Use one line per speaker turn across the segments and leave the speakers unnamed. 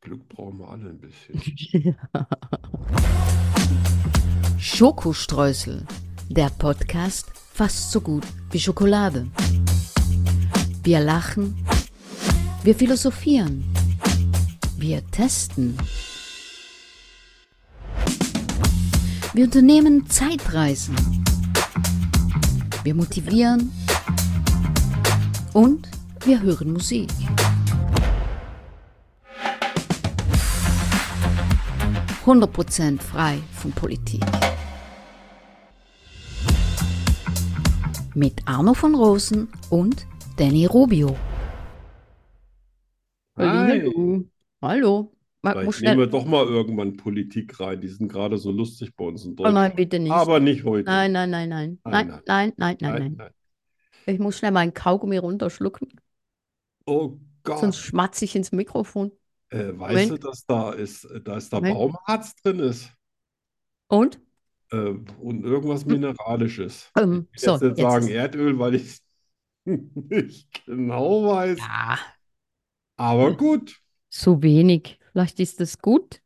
Glück brauchen wir alle ein bisschen.
Schokostreusel, der Podcast fast so gut wie Schokolade. Wir lachen, wir philosophieren, wir testen. Wir unternehmen Zeitreisen. Wir motivieren und wir hören Musik. Prozent frei von Politik. Mit Arno von Rosen und Danny Rubio.
Hi.
Hallo. Hallo. Marc, muss
Vielleicht
schnell.
nehmen wir doch mal irgendwann Politik rein. Die sind gerade so lustig bei uns in
Oh
Deutschland.
nein, bitte nicht.
Aber nicht heute.
Nein, nein, nein, nein.
Nein,
Nein, nein, nein, nein, nein. Ich muss schnell meinen Kaugummi runterschlucken,
Oh
sonst
Gott.
schmatze ich ins Mikrofon.
Äh, weißt
Moment.
du, dass da ist, dass da
Moment.
Baumarzt drin ist?
Und?
Äh, und irgendwas Mineralisches.
Ähm,
Ich will
Hm. so,
jetzt nicht
jetzt
sagen
ist-
Erdöl, weil ich nicht genau weiß.
Ja,
Aber gut.
so wenig. Vielleicht ist das gut.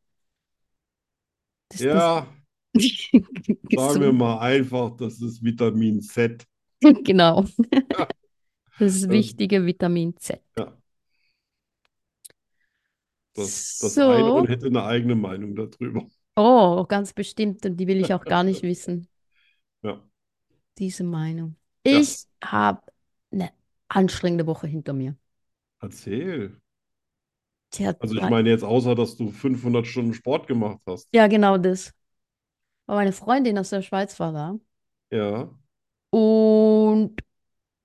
Ist
Ja,
das
sagen wir
gesund?
mal einfach, das ist Vitamin Z.
Genau.
Ja.
Das wichtige Vitamin Z.
Ja. Das, das eine
So.
und hätte eine eigene Meinung darüber.
Oh, ganz bestimmt. Und die will ich auch gar nicht wissen,
Ja.
diese Meinung.
Ja.
Ich habe eine anstrengende Woche hinter mir.
Erzähl.
Tja,
Also ich
mein-
meine jetzt, außer dass du 500 Stunden Sport gemacht hast.
Ja, genau das. Aber meine Freundin aus der Schweiz war da.
Ja.
Und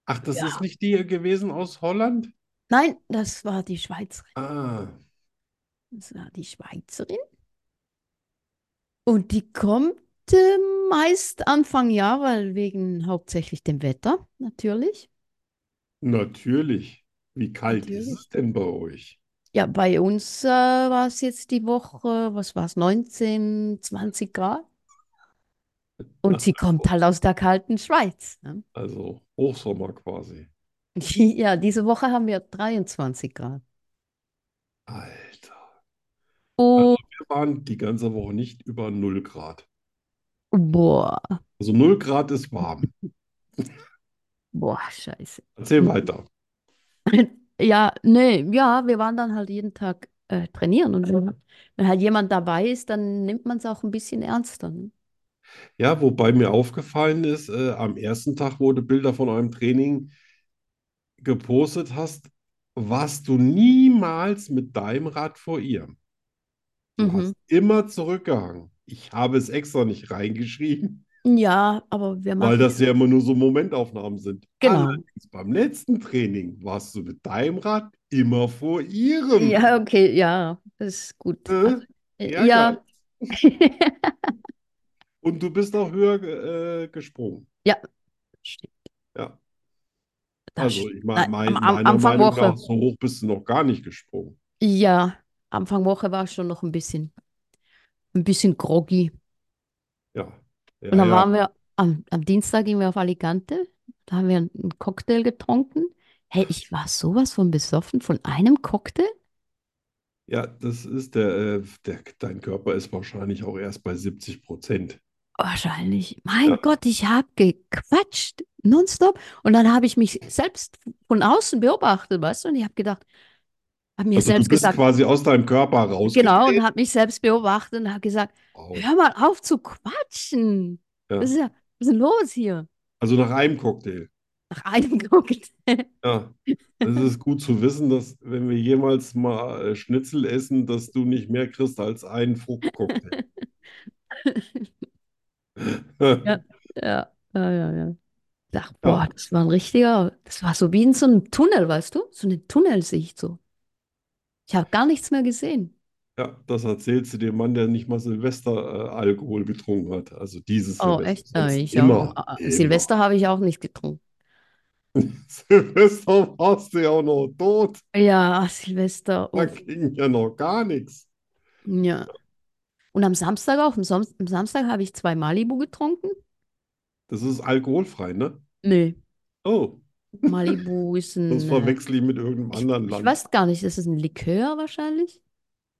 Ach, das
Ja.
ist nicht die hier gewesen aus Holland?
nein, das war die Schweizerin.
Ah,
Das war die Schweizerin. Und die kommt äh, meist Anfang Jahr, weil wegen hauptsächlich dem Wetter, natürlich.
natürlich. Wie kalt ist
Natürlich.
es denn bei euch?
Ja, bei uns äh, war es jetzt die Woche, was war es, 19, 20 Grad. Und sie kommt halt aus der kalten Schweiz. Ne?
Also Hochsommer quasi.
Ja, diese Woche haben wir 23 Grad.
Alter.
Oh,
Wir waren die ganze Woche nicht über 0 Grad.
boah,
Also 0 Grad ist warm.
boah, scheiße.
Erzähl weiter.
Ja, nee, ja, wir waren dann halt jeden Tag äh, trainieren und wenn, wenn halt jemand dabei ist, dann nimmt man es auch ein bisschen ernster. Ne?
Ja, wobei mir aufgefallen ist, äh, am ersten Tag, wo du Bilder von eurem Training gepostet hast, warst du niemals mit deinem Rad vor ihr. Du hast
Mhm.
immer zurückgehangen. Ich habe es extra nicht reingeschrieben,
Ja, aber wir
weil
machen
das ja immer nur so Momentaufnahmen sind.
genau.
Allerdings beim letzten Training warst du mit deinem Rad immer vor ihrem.
Ja, okay, ja, das ist gut.
Äh?
Äh,
Ja,
ja,
Und du bist auch höher ge- äh, gesprungen.
stimmt,
Ja,
das
also
stimmt.
ich meine,
Nein,
mein,
am, am
meiner
Anfang
Meinung
Woche,
nach, so hoch bist du noch gar nicht gesprungen.
ja, Anfang Woche war schon noch ein bisschen, ein bisschen groggy.
Ja, ja,
Und dann
ja.
waren wir am, am Dienstag gingen wir auf Alicante, da haben wir einen Cocktail getrunken. Hey, ich war sowas von besoffen von einem Cocktail?
Ja, das ist der, äh, der, dein Körper ist wahrscheinlich auch erst bei 70 Prozent.
Wahrscheinlich. Mein
Ja.
Gott, ich habe gequatscht, nonstop. Und dann habe ich mich selbst von außen beobachtet, weißt du? Und ich habe gedacht, habe mir
Also du
selbst
bist
gesagt,
quasi aus deinem Körper
genau, und
rausgetreten.
habe mich selbst beobachtet und habe gesagt,
Wow.
hör mal auf zu quatschen.
Ja.
Was ist ja, was ist denn los hier?
Also nach einem Cocktail.
Nach einem Cocktail.
Ja. Es ist gut zu wissen, dass wenn wir jemals mal äh, Schnitzel essen, dass du nicht mehr kriegst als einen Fruchtcocktail.
Ja, ja, ja, ja, ja. Ich dachte,
Ja.
boah, das war ein richtiger, das war so wie in so einem Tunnel, weißt du? So eine Tunnelsicht so. Ich habe gar nichts mehr gesehen.
Ja, das erzählst du dem Mann, der nicht mal Silvester äh, Alkohol getrunken hat. Also dieses
Oh,
Silvester,
echt? Ja,
sonst
ich
immer,
auch. Ah,
immer.
Silvester habe ich auch nicht getrunken.
Silvester warst du ja auch noch tot.
Ja, Silvester.
Da
uff,
ging ja noch gar nichts.
ja. Und am Samstag auch. Am, Sam am Samstag habe ich zwei Malibu getrunken.
Das ist alkoholfrei, ne?
Nee,
Oh,
Malibu ist
das
ein, äh,
verwechsel ich mit irgendeinem
ich,
anderen
ich
Land.
weiß gar nicht, das ist ein Likör wahrscheinlich.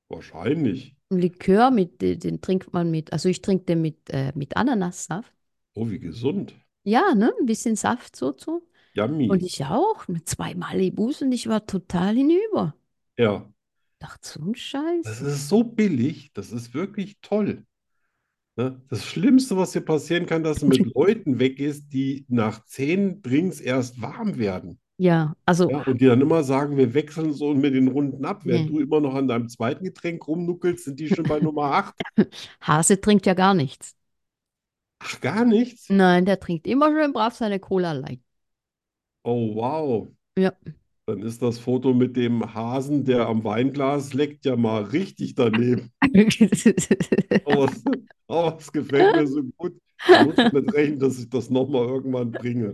Wahrscheinlich.
Ein Likör, mit, den, den trinkt man mit, also ich trinke den mit, äh, mit Ananassaft.
Oh, wie gesund.
Ja, ne? Ein bisschen Saft so zu. Und
Yummy.
ich auch, mit zwei Malibus und ich war total hinüber.
Ja,
Dachte, so ein
das
Scheiß.
ist so billig. Das ist wirklich toll. Ne? Das Schlimmste, was dir passieren kann, dass du mit Leuten weggehst, die nach zehn Drinks erst warm werden.
Ja, also,
Ja, und die dann immer sagen, wir wechseln so mit den Runden ab. Während
nee.
du immer noch an deinem zweiten Getränk rumnuckelst, sind die schon bei Nummer 8.
Hase trinkt ja gar nichts.
Ach, gar nichts?
Nein, der trinkt immer schön brav seine Cola allein.
Oh, wow.
Ja.
Dann ist das Foto mit dem Hasen, der am Weinglas leckt, ja mal richtig daneben. Aber es, aber es gefällt mir so gut. Da muss ich mit rechnen, dass ich das nochmal irgendwann bringe.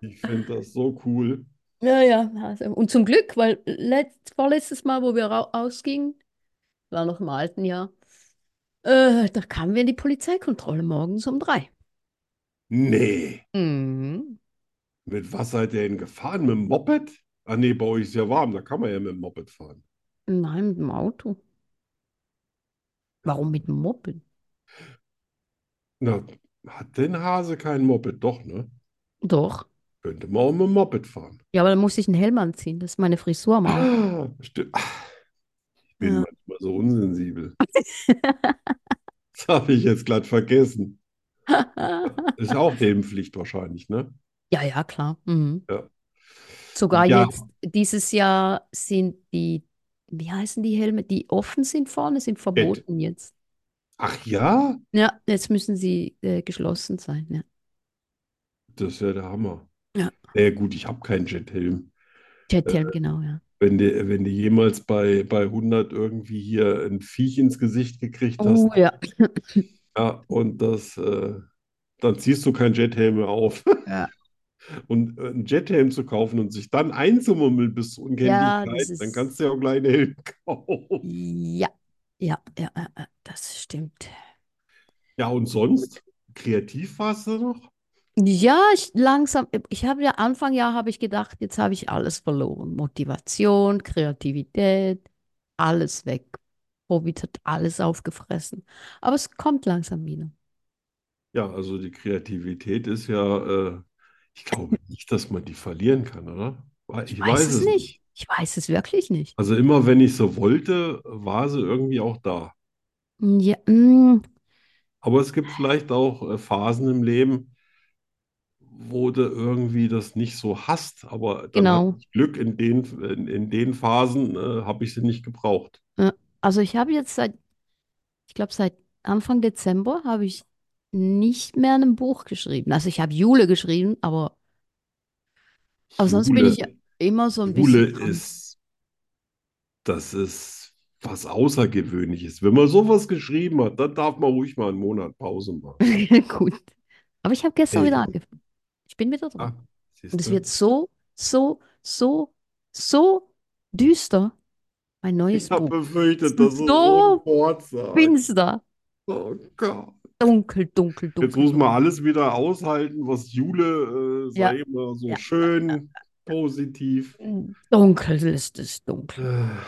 Ich finde das so cool.
Ja, ja, Hase. Und zum Glück, weil letzt, vorletztes Mal, wo wir rau- ausgingen, war noch im alten Jahr, äh, da kamen wir in die Polizeikontrolle morgens um drei.
Nee.
Mhm.
Mit was seid ihr denn gefahren? Mit dem Moped? Ah, nee, bei euch ist ja warm. Da kann man ja mit dem Moped fahren.
Nein, mit dem Auto. Warum mit dem Moped?
Na, hat denn Hase kein Moped? Doch, ne?
Doch.
Könnte man auch mit dem Moped fahren.
Ja, aber dann muss ich einen Helm anziehen. Das ist meine Frisur am Auto.
Ah, sti- ah, ich bin
Ja.
manchmal so unsensibel. Das habe ich jetzt glatt vergessen. Ist auch Helmpflicht wahrscheinlich, ne?
Ja, ja, klar. Mhm.
Ja.
Sogar
Ja,
jetzt, dieses Jahr sind die, wie heißen die Helme, die offen sind vorne, sind
Ed.
verboten jetzt.
Ach ja?
Ja, jetzt müssen sie äh, geschlossen sein. Ja.
Das ist ja der Hammer.
Ja.
Ja, gut, ich habe keinen Jethelm. Äh,
Jethelm, genau, ja.
Wenn du, wenn du jemals bei, bei 100 irgendwie hier ein Viech ins Gesicht gekriegt
Oh
hast,
ja.
ja, und das, äh, dann ziehst du keinen Jethelm mehr auf.
Ja,
Und äh, einen Jethelm zu kaufen und sich dann einzumummeln bis zur
ja, das
Unkenntlichkeit, dann
ist.
kannst du ja auch gleich einen Helm kaufen.
Ja, ja, ja, ja, ja, das stimmt.
Ja, und sonst? Kreativ warst du noch?
Ja, ich langsam, äh, ich habe ja Anfang Jahr habe ich gedacht, jetzt habe ich alles verloren. Motivation, Kreativität, alles weg. Covid hat alles aufgefressen. Aber es kommt langsam wieder.
Ja, also die Kreativität ist ja, äh, ich glaube nicht, dass man die verlieren kann, oder? Weil
Ich
Ich
weiß
weiß
es
es
nicht.
nicht.
Ich weiß es wirklich nicht.
Also immer wenn ich so wollte, war sie irgendwie auch da.
Ja, mm,
Aber es gibt vielleicht auch äh, Phasen im Leben, wo du irgendwie das nicht so hast. Aber dann hatte
genau.
ich Glück, in den, in, in den Phasen äh, habe ich sie nicht gebraucht.
Ja. Also ich habe jetzt seit, ich glaube seit Anfang Dezember habe ich nicht mehr ein Buch geschrieben. Also ich habe Jule geschrieben, aber, aber sonst bin
Jule,
ich ja immer so ein
Jule
bisschen am
ist, das ist was Außergewöhnliches. Wenn man sowas geschrieben hat, dann darf man ruhig mal einen Monat Pause machen.
Gut. Aber ich habe gestern wieder
Hey,
angefangen. Ich bin wieder dran.
ah, siehst
Und es
du?
wird so, so, so, so düster. Mein neues
Ich habe
Buch. Es
befürchtet, dass
ist
du so ein
so
Wort sagst.
finster.
Oh Gott.
Dunkel, dunkel,
Jetzt
dunkel,
muss man
dunkel.
alles wieder aushalten, was Jule, äh,
Ja,
sei immer so
ja.
schön, positiv.
Mm, Dunkel ist es dunkel.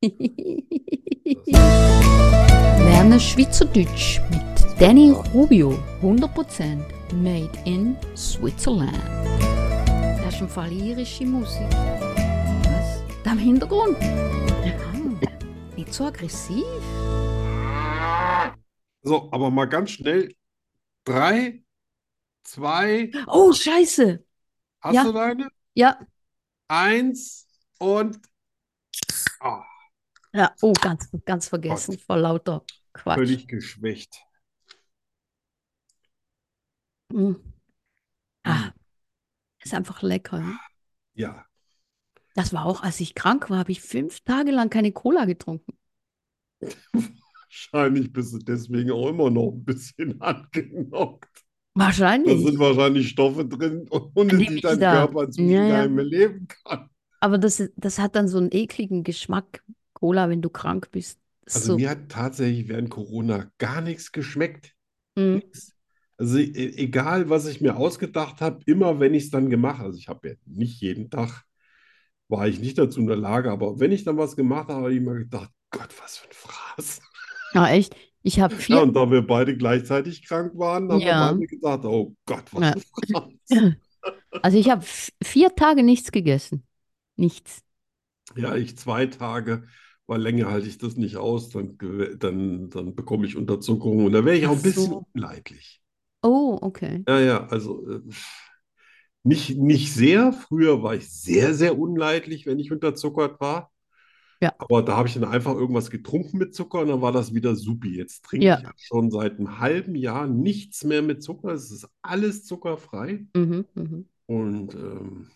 Äh, Das
Lerne Schweizerdeutsch mit Danny
ja.
Rubio. 100% made in Switzerland. Das ist im Fall irische Musik. Was? Da im Hintergrund. Ah, nicht so aggressiv.
So, aber mal ganz schnell. Drei, zwei,
Oh, scheiße.
hast
Ja,
du deine?
ja,
Eins und. Ah,
ja. Oh, ganz, ganz vergessen.
Gott,
Vor lauter Quatsch.
völlig geschwächt.
Mm. Ah,
Hm,
ist einfach lecker. Ja?
Ja,
Das war auch, als ich krank war, habe ich fünf Tage lang keine Cola getrunken.
wahrscheinlich bist du deswegen auch immer noch ein bisschen angenockt. Da sind
Wahrscheinlich.
wahrscheinlich Stoffe drin,
An
ohne
dem
die
ich
dein
da.
Körper inzwischen
Ja,
gar
ja.
nicht mehr leben kann.
Aber das, ist- das hat dann so einen ekligen Geschmack, Cola, wenn du krank bist.
Also
So.
mir hat tatsächlich während Corona gar nichts geschmeckt.
Mm.
Nix. Also e egal, was ich mir ausgedacht habe, immer wenn ich es dann gemacht habe, also ich habe ja nicht jeden Tag, war ich nicht dazu in der Lage, aber wenn ich dann was gemacht habe, habe ich immer gedacht, Gott, was für ein Fraß.
Ja, Ah, echt. Ich habe
Ja,
vier.
und da wir beide gleichzeitig krank waren, haben wir
Ja.
beide gedacht, oh Gott, was
Ja.
für ein Fraß.
Also ich habe vier Tage nichts gegessen. Nichts.
Ja, ich zwei Tage, weil länger halte ich das nicht aus, dann, gew- dann, dann bekomme ich Unterzuckerung und da wäre ich auch
Ach
ein bisschen
so.
unleidlich.
Oh, okay.
Ja, ja, also äh, nicht, nicht sehr. Früher war ich sehr, sehr unleidlich, wenn ich unterzuckert war.
Ja,
Aber da habe ich dann einfach irgendwas getrunken mit Zucker und dann war das wieder supi. Jetzt trinke
ja.
ich schon seit einem halben Jahr nichts mehr mit Zucker. Es ist alles zuckerfrei
Mhm, mhm.
und ähm,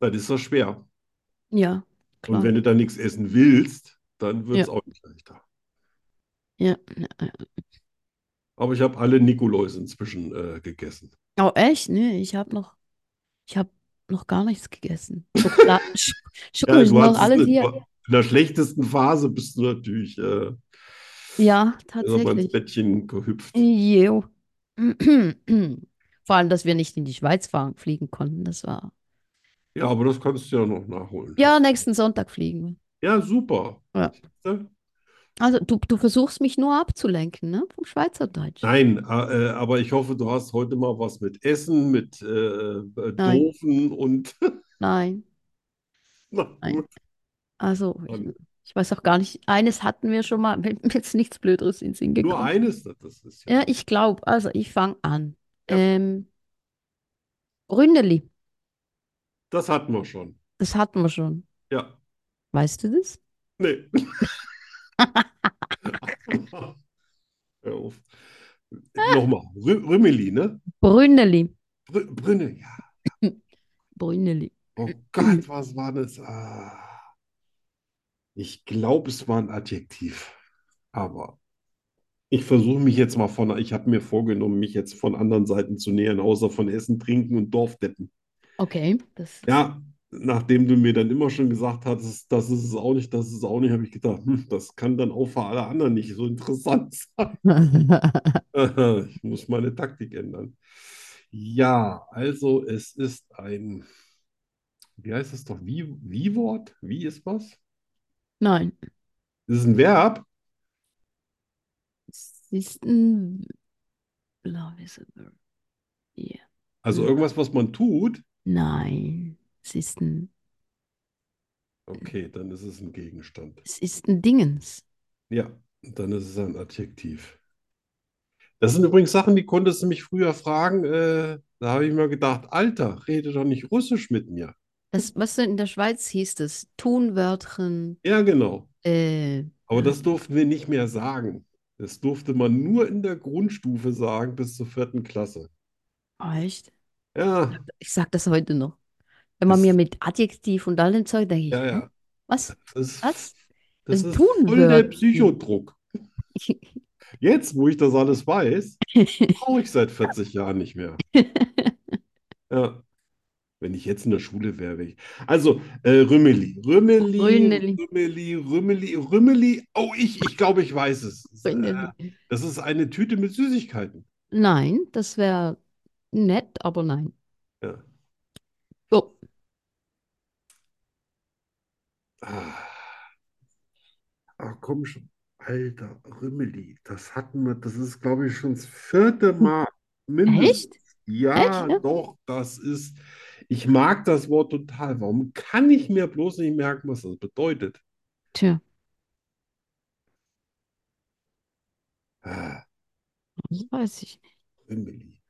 dann ist das schwer.
Ja,
Und
klar.
wenn du dann nichts essen willst, dann wird
Ja,
es auch nicht leichter.
ja. ja.
Aber ich habe alle Nikoläuse inzwischen äh, gegessen.
Oh, echt? Nee, ich habe noch, ich habe noch gar nichts gegessen. Schokolade, Sch
Ja, du
Schokoriegel,
hattest
alles
in
hier.
in der schlechtesten Phase bist du natürlich äh,
Ja,
erst mal ins
tatsächlich.
Bettchen gehüpft.
Jo. Vor allem, dass wir nicht in die Schweiz fahren, fliegen konnten. Das war.
Ja, aber das kannst du ja noch nachholen.
Ja,
Das,
nächsten Sonntag fliegen
ja, super.
wir. Ja.
Siehste?
Also, du, du versuchst mich nur abzulenken, ne? Vom Schweizerdeutsch.
Nein, äh, äh, aber ich hoffe, du hast heute mal was mit Essen, mit äh, äh,
Nein,
Doofen und
nein,
na
nein.
gut.
Also, ich,
Dann
ich weiß auch gar nicht. Eines hatten wir schon mal. Mir ist jetzt nichts Blöderes in den Sinn
nur
gekommen.
eines, das ist ja.
Ja, ich glaube, also ich fange an.
Ja,
Ähm, Brünneli,
das hatten wir schon.
das hatten wir schon.
Ja,
Weißt du das?
nee. Hör auf. Nochmal. Rü Rümeli, ne?
Brünneli.
Brü Brünne, ja.
Brünneli.
Oh Gott, was war das? Ah, ich glaube, es war ein Adjektiv. Aber ich versuche mich jetzt mal von, ich habe mir vorgenommen, mich jetzt von anderen Seiten zu nähern, außer von Essen, Trinken und Dorfdeppen.
Okay, das.
Ja, nachdem du mir dann immer schon gesagt hattest, das ist es auch nicht, das ist es auch nicht, habe ich gedacht, hm, das kann dann auch für alle anderen nicht so interessant sein. Ich muss meine Taktik ändern. Ja, also es ist ein, wie heißt es doch, wie, wie Wort? Wie ist was?
Nein.
Das ist ein Verb.
Es ist ein. Love is a verb. Yeah.
Also
Nein.
irgendwas, was man tut.
Nein. Es ist ein.
Okay, dann ist es ein Gegenstand.
Es ist ein Dingens.
Ja, dann ist es ein Adjektiv. Das sind übrigens Sachen, die konntest du mich früher fragen. Äh, da habe ich mir gedacht, Alter, rede doch nicht Russisch mit mir.
Das, was in der Schweiz hieß das? Tunwörtchen.
Ja, genau.
Äh,
Aber das durften wir nicht mehr sagen. Das durfte man nur in der Grundstufe sagen, bis zur vierten Klasse.
ah, echt?
Ja,
Ich sag das heute noch. Wenn man mir
das,
mit Adjektiv und all dem Zeug, denke ich,
ja,
hä?
ja,
Was?
das,
Was?
das
Das
ist voll der
Tunwörtchen.
Psychodruck. Jetzt, wo ich das alles weiß, brauche ich seit 40 Jahren nicht mehr. Ja. Wenn ich jetzt in der Schule wäre, wäre ich. Also, äh, Rümmeli. Rümmeli,
Brünneli.
Rümmeli, Rümmeli, Rümmeli. Oh, ich, ich glaube, ich weiß es. Es, äh,
Brünneli.
Das ist eine Tüte mit Süßigkeiten.
Nein, das wäre nett, aber nein.
Ja.
So,
Ah, ah, komm schon. Alter, Rümmeli, das hatten wir, das ist, glaube ich, schon das vierte Mal mindestens.
echt? Echt? ne?
Ja,
Ja?
doch, das ist. Ich mag das Wort total. Warum kann ich mir bloß nicht merken, was das bedeutet?
Tja,
Ah,
das weiß ich nicht.
Rümmeli.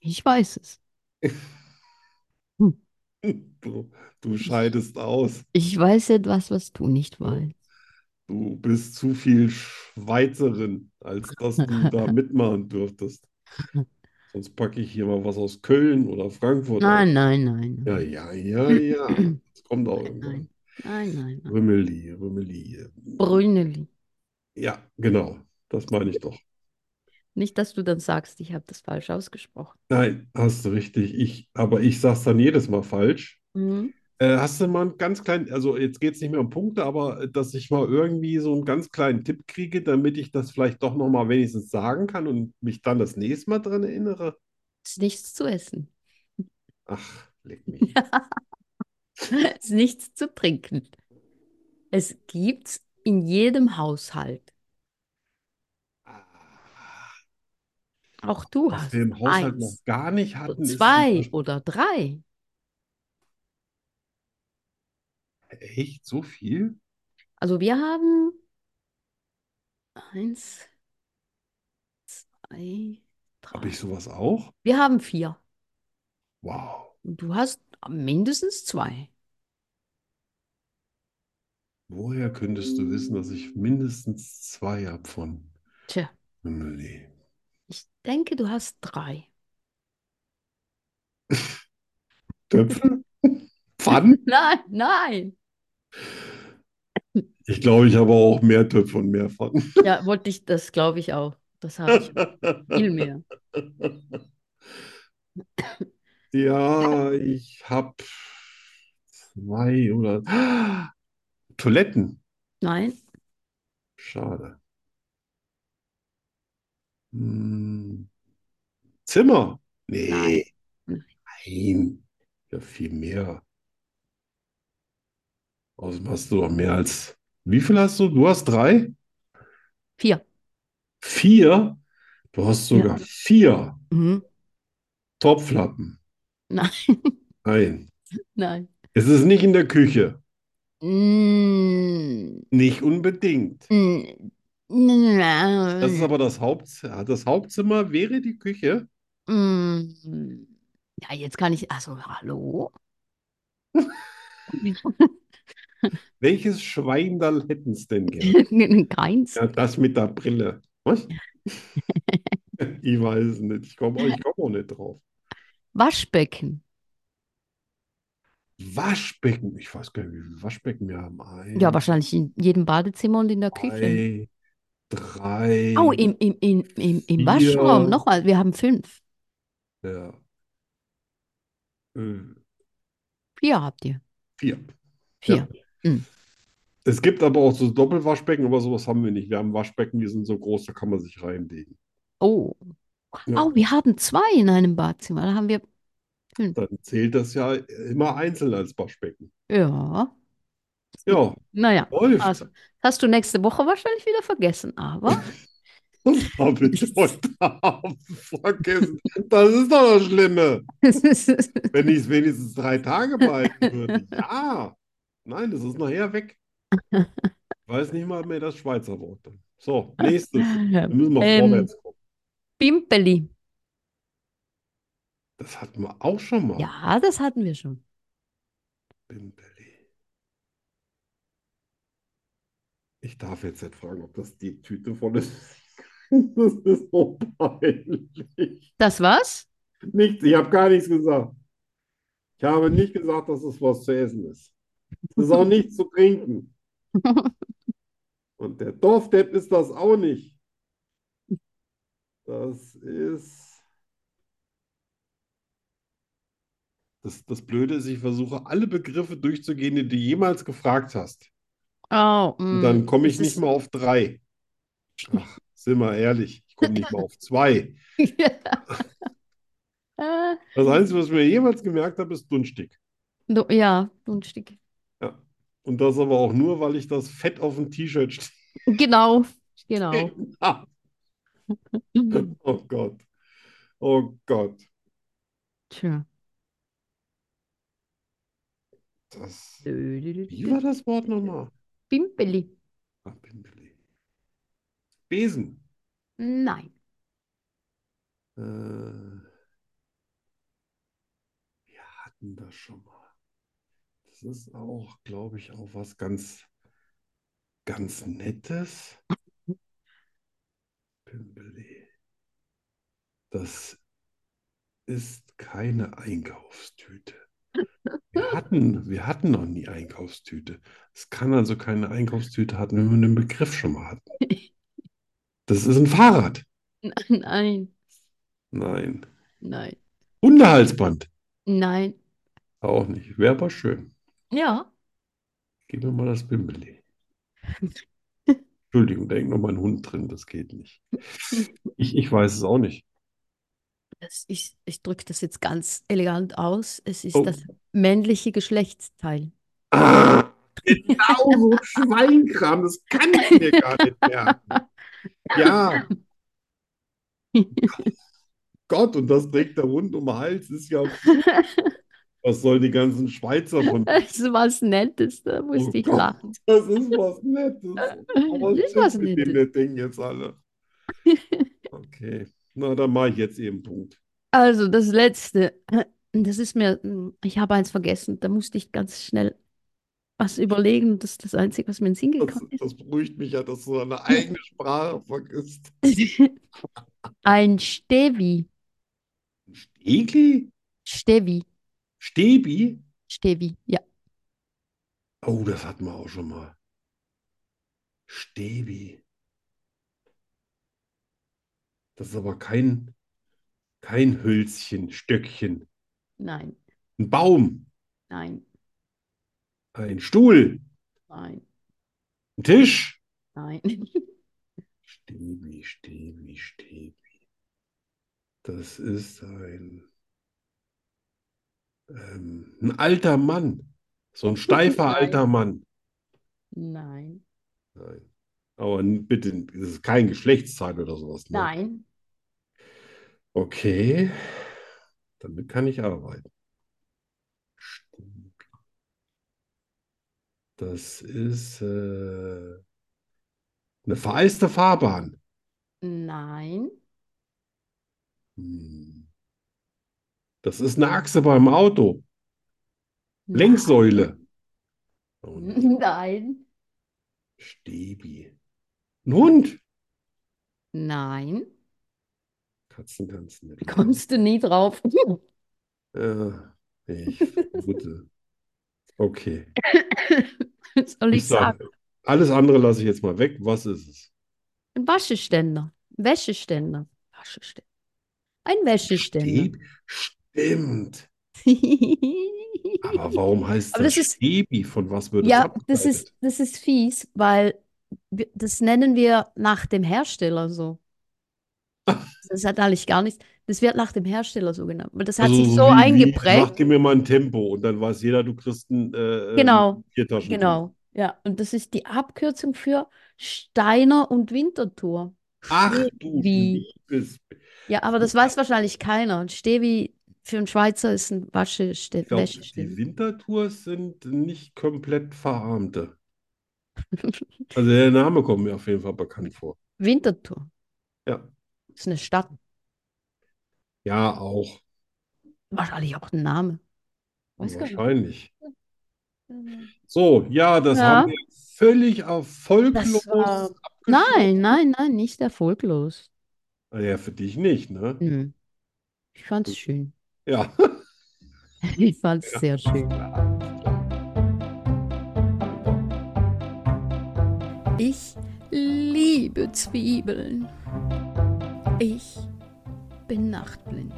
Ich weiß es. Hm.
Du, du
Ich,
scheidest aus.
ich weiß etwas, was du nicht
Du,
weißt.
du bist zu viel Schweizerin, als dass du da mitmachen dürftest. Sonst packe ich hier mal was aus Köln oder Frankfurt ein.
Nein, nein,
Ja,
nein,
ja, ja,
nein.
ja.
Nein,
Das kommt auch
nein.
irgendwann.
Nein, nein, nein.
Rümmeli, Rümmeli.
Brünneli.
Ja, genau. Das meine ich doch.
Nicht, dass du dann sagst, ich habe das falsch ausgesprochen.
Nein, hast du richtig. Ich, aber ich sage es dann jedes Mal falsch.
Mhm.
Äh, hast du mal einen ganz kleinen, also jetzt geht es nicht mehr um Punkte, aber äh, dass ich mal irgendwie so einen ganz kleinen Tipp kriege, damit ich das vielleicht doch nochmal wenigstens sagen kann und mich dann das nächste Mal dran erinnere?
Ist nichts zu essen.
Ach, leck mich.
Ist nichts zu trinken. Es gibt's in jedem Haushalt. Auch du
Was Ah, wir
hast
im Haushalt noch
eins,
gar nicht
oder
hatten, ist zum
zwei
Beispiel
oder drei.
echt so viel.
Also wir haben eins, zwei,
Habe ich
drei.
sowas auch?
Wir haben vier.
Wow.
Und du hast mindestens zwei.
Woher könntest du wissen, dass ich mindestens zwei habe von
Tja,
Emily?
ich denke, du hast drei.
Töpfe? Pfannen?
Nein, nein.
Ich glaube, ich habe auch mehr Töpfe und mehr Pfannen.
Ja, wollte ich, das glaube ich auch. Das habe ich viel mehr.
Ja, ich habe zwei oder Toiletten.
Nein,
Schade. Hm. Zimmer?
nein.
Nee,
nein.
nein. Ja, viel mehr. Außerdem hast du doch mehr als. Wie viel hast du? Du hast drei?
Vier.
Vier? Du hast
Ja.
sogar vier
Mhm.
Topflappen.
Nein,
Nein.
nein.
Es ist nicht in der Küche.
Mm,
Nicht unbedingt.
mm,
Das ist
mm,
aber das Haupt, das Hauptzimmer wäre die Küche.
mm. Ja, jetzt kann ich. Also, hallo?
Welches Schweinerl hätten es denn gern?
Keins?
Ja, das mit der Brille. Was? Ich weiß es nicht. Ich komme ich komm auch nicht drauf.
Waschbecken.
Waschbecken. Ich weiß gar nicht, wie viele Waschbecken wir haben.
Ja,
Eins,
wahrscheinlich in jedem Badezimmer und in der Küche.
zwei,
Oh,
drei,
im, im, im, im, im Waschraum.
vier.
Nochmal, wir haben fünf.
Ja, äh,
Vier habt ihr.
vier. Ja.
Vier. Mm.
Es gibt aber auch so Doppelwaschbecken, aber sowas haben wir nicht. Wir haben Waschbecken, die sind so groß, da kann man sich reinlegen.
Oh.
Ja,
Oh, wir haben zwei in einem Badezimmer. Da haben wir fünf.
dann zählt das ja immer einzeln als Waschbecken.
Ja.
Ja,
Naja,
läuft.
also, hast du nächste Woche wahrscheinlich wieder vergessen, aber
Das habe ich heute Abend vergessen. Das ist doch das Schlimme. Wenn ich es wenigstens drei Tage behalten würde. Ja. Nein, das ist nachher weg. Ich weiß nicht mal mehr das Schweizer Wort. dann. So, nächstes. Wir müssen mal
ähm,
vorwärts kommen.
Pimpeli.
Das hatten wir auch schon mal.
Ja, das hatten wir schon.
Bimbeli. Ich darf jetzt nicht fragen, ob das die Tüte voll ist. Das ist so peinlich.
Das war's?
Nichts, ich habe gar nichts gesagt. Ich habe nicht gesagt, dass es was zu essen ist. Es ist auch nichts zu trinken. Und der Dorfdepp ist das auch nicht. Das ist. Das, das Blöde ist, ich versuche alle Begriffe durchzugehen, die du jemals gefragt hast.
Oh,
Und
mm,
dann komme ich
das
nicht
ist.
mal auf drei. Ach, sind wir ehrlich, ich komme nicht mal auf zwei.
Äh,
Das Einzige, was ich mir jemals gemerkt habe, ist Dunstig.
du, ja, Grundstück.
Ja. Und das aber auch nur, weil ich das fett auf dem T-Shirt
Genau, genau.
stehen habe. Oh Gott, oh Gott.
Tja.
Das,
Dö, dö, dö,
wie
dö.
war das Wort nochmal?
Pimpeli.
Ach, Pimpeli. Besen.
Nein.
Äh, wir hatten das schon mal. Das ist auch, glaube ich, auch was ganz, ganz Nettes. Pimpeli. Das ist keine Einkaufstüte. Wir hatten, wir hatten noch nie Einkaufstüte. Es kann also keine Einkaufstüte hatten, wenn wir den Begriff schon mal hatten. Das ist ein Fahrrad.
Nein,
Nein.
nein,
Hundehalsband.
nein.
Auch nicht. Wäre aber schön.
Ja.
Gib mir mal das Bimbeli. Entschuldigung, da hängt noch mein Hund drin. Das geht nicht. Ich, ich weiß es auch nicht.
Das ist, ich drücke das jetzt ganz elegant aus. Es ist
Oh.
das männliche Geschlechtsteil.
Ah! genau so Oh. Schweinkram, das kann ich mir gar nicht merken. Ja, Gott, und das trägt der Hund um den Hals, ist ja, was sollen die ganzen Schweizer von mir?
Das ist was Nettes, da
Oh
musste ich
Gott,
lachen.
das ist was Nettes. Aber
Das
was
ist
stimmt
was
mit
Nettes.
dem der Ding jetzt alle? Okay, na, dann mache ich jetzt eben Punkt.
Also das letzte, das ist mir, hm, ich habe eins vergessen, da musste ich ganz schnell was überlegen. Das ist das Einzige, was mir in den Sinn
Das,
gekommen ist.
das beruhigt mich ja, dass du deine eigene Sprache vergisst.
Ein Stevi,
Egli?
Stevi,
Stebi?
Stevi, ja.
Oh, das hatten wir auch schon mal. Stebi. Das ist aber kein, kein Hölzchen, Stöckchen.
Nein,
Ein Baum,
nein,
ein Stuhl,
nein,
ein Tisch.
nein.
Stebi, Stebi, Stebi. Das ist ein, ähm, ein alter Mann. So ein steifer alter
Nein,
Mann.
nein,
Nein. Aber n- bitte, es ist kein Geschlechtsteil oder sowas, ne?
nein.
Okay, damit kann ich arbeiten. Stebi. Das ist äh, eine vereiste Fahrbahn.
Nein,
Hm. Das ist eine Achse beim Auto.
nein,
Lenksäule. Oh
Hm.
nee.
nein,
Stebi. Ein Hund.
nein.
Katzen kannst du nicht leiden.
Kommst du nie drauf?
Äh, ich vermute. Okay.
Soll
Ich
ich sagen?
sage, alles andere lasse ich jetzt mal weg. Was ist es?
Ein Wascheständer. Wäscheständer. Wascheständer. Ein Wäscheständer.
Stebi. Stimmt. Aber warum heißt
Aber
das
das ist,
Stebi? Von was wird es
ja, das ist,
abgeleitet?
das ist fies, weil wir- das nennen wir nach dem Hersteller so. Das hat eigentlich gar nichts. Das wird nach dem Hersteller so genannt. Weil das hat
Also
sich
so
so
wie, wie mach
eingeprägt.
dir mir mal ein Tempo und dann weiß jeder, du kriegst ein äh, ähm,
Genau,
Viertaschentuch.
genau. Ja, und das ist die Abkürzung für Steiner und Winterthur.
Ach du
Stevi.
liebes,
Ja, aber das weiß wahrscheinlich keiner. Und Stevi für einen Schweizer ist ein Wascheste
ich glaube, die
Wäscheständer.
Wintertours sind nicht komplett Verarmte. Also der Name kommt mir auf jeden Fall bekannt vor.
Winterthur
Ja,
ist eine Stadt.
ja auch
Wahrscheinlich auch ein Name. Weiß gar nicht.
wahrscheinlich. So, ja, das haben
Ja,
wir völlig
das war.
erfolglos
Nein,
abgeschlossen.
nein, nein, nicht erfolglos.
Ah Ja, für dich nicht, ne?
Hm. Ich fand's schön.
Ja.
Ich fand's sehr schön. Ich liebe Zwiebeln. Ich bin nachtblind.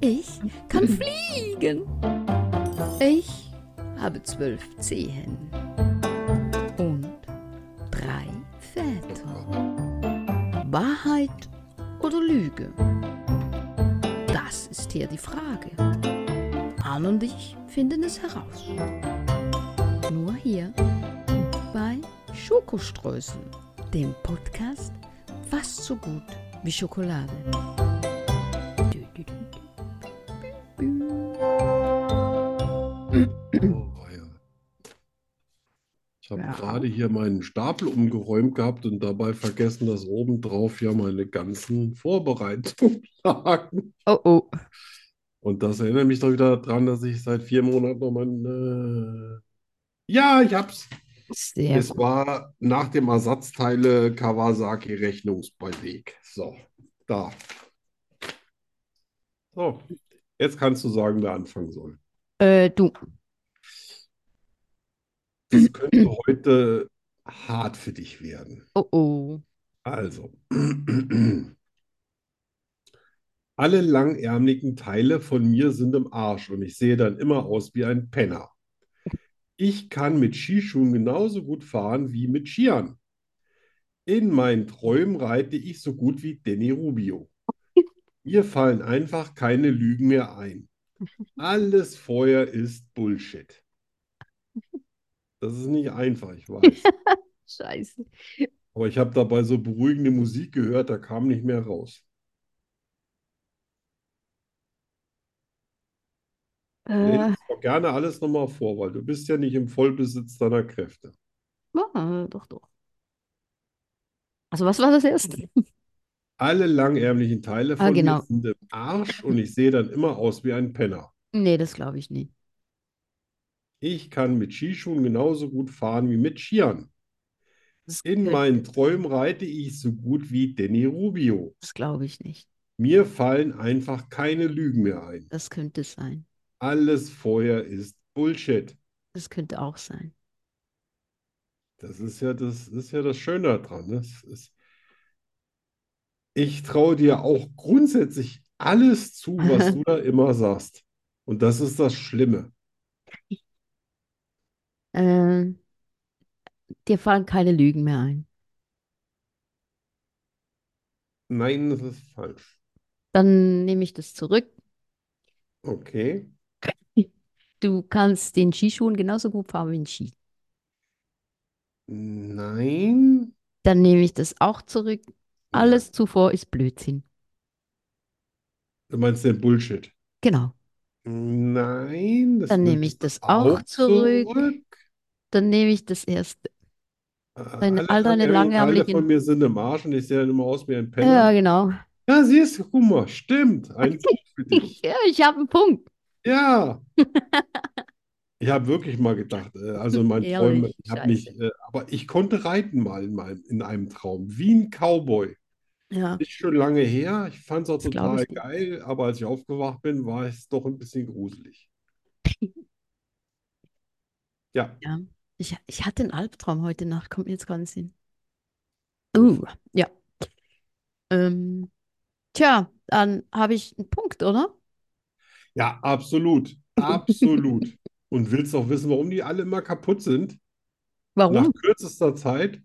Ich kann fliegen. Ich habe zwölf Zehen und drei
Oh
Väter.
Gott.
Wahrheit oder Lüge? Das ist hier die Frage. Arne und ich finden es heraus. Nur hier bei Schokoströßen, dem Podcast fast so gut wie Schokolade. Dü, dü, dü, dü.
Oh, ja. Ich habe
Ja.
gerade hier meinen Stapel umgeräumt gehabt und dabei vergessen, dass obendrauf ja meine ganzen Vorbereitungen lagen.
Oh oh.
Und das erinnert mich doch wieder daran, dass ich seit vier Monaten noch mein... Äh... Ja, ich hab's.
Sehr
Es
gut.
war nach dem Ersatzteile Kawasaki Rechnungsbeleg. So, da. So, jetzt kannst du sagen, wer anfangen soll.
Äh, du.
Das könnte heute hart für dich werden.
Oh oh.
Also, alle langärmlichen Teile von mir sind im Arsch und ich sehe dann immer aus wie ein Penner. Ich kann mit Skischuhen genauso gut fahren wie mit Skiern. In meinen Träumen reite ich so gut wie Danny Rubio. Mir fallen einfach keine Lügen mehr ein. Alles vorher ist Bullshit. Das ist nicht einfach, ich weiß.
Scheiße.
Aber ich habe dabei so beruhigende Musik gehört, da kam nicht mehr raus.
Äh,
Lest doch gerne alles nochmal vor, weil du bist ja nicht im Vollbesitz deiner Kräfte.
ja, doch, doch. Also was war das erste?
Alle langärmlichen Teile
Ah,
von mir
genau.
sind im Arsch und ich sehe dann immer aus wie ein Penner.
Nee, das glaube ich nicht.
Ich kann mit Skischuhen genauso gut fahren wie mit Skiern.
Das,
In
könnt-
meinen Träumen reite ich so gut wie Danny Rubio.
das glaube ich nicht.
Mir fallen einfach keine Lügen mehr ein.
Das könnte sein.
Alles vorher ist Bullshit.
Das könnte auch sein.
Das ist ja das, ist ja das Schöne daran. ne? Es ist, ich traue dir auch grundsätzlich alles zu, was du da immer sagst. Und das ist das Schlimme.
Ähm, dir fallen keine Lügen mehr ein.
Nein, das ist falsch.
Dann nehme ich das zurück.
Okay.
Du kannst den Skischuhen genauso gut fahren wie ein Ski.
Nein.
Dann nehme ich das auch zurück.
Ja.
Alles zuvor ist Blödsinn.
Du meinst den Bullshit.
Genau.
Nein, das
Dann nehme
nehme ich
ich das auch
auch
zurück.
zurück.
Dann nehme ich das erste.
Äh,
Deine,
Alle
all
langärmigen
deine
Teile von
langärmlichen.
mir sind im Arsch und ich sehe dann immer aus wie ein
Ja,
Penner.
genau.
Ja, siehst du, guck mal, stimmt. Ein Punkt für dich.
Ja, ich habe einen Punkt.
Ja, ich habe wirklich mal gedacht, äh, also in meinen Träumen,
Ehrlich,
ich habe
scheiße.
nicht, äh, aber ich konnte reiten mal in meinem, in einem Traum, wie ein Cowboy.
Ja,
Ist schon lange her, ich fand es auch
das glaube
total
ich dir.
geil, aber als ich aufgewacht bin, war es doch ein bisschen gruselig. Ja,
Ja. Ich, ich hatte einen Albtraum heute Nacht, kommt mir jetzt gar nicht hin.
uff.
Uh, ja. Ähm, tja, dann habe ich einen Punkt, oder?
Ja, absolut, absolut. Und willst auch wissen, warum die alle immer kaputt sind? Nach
Warum?
kürzester Zeit?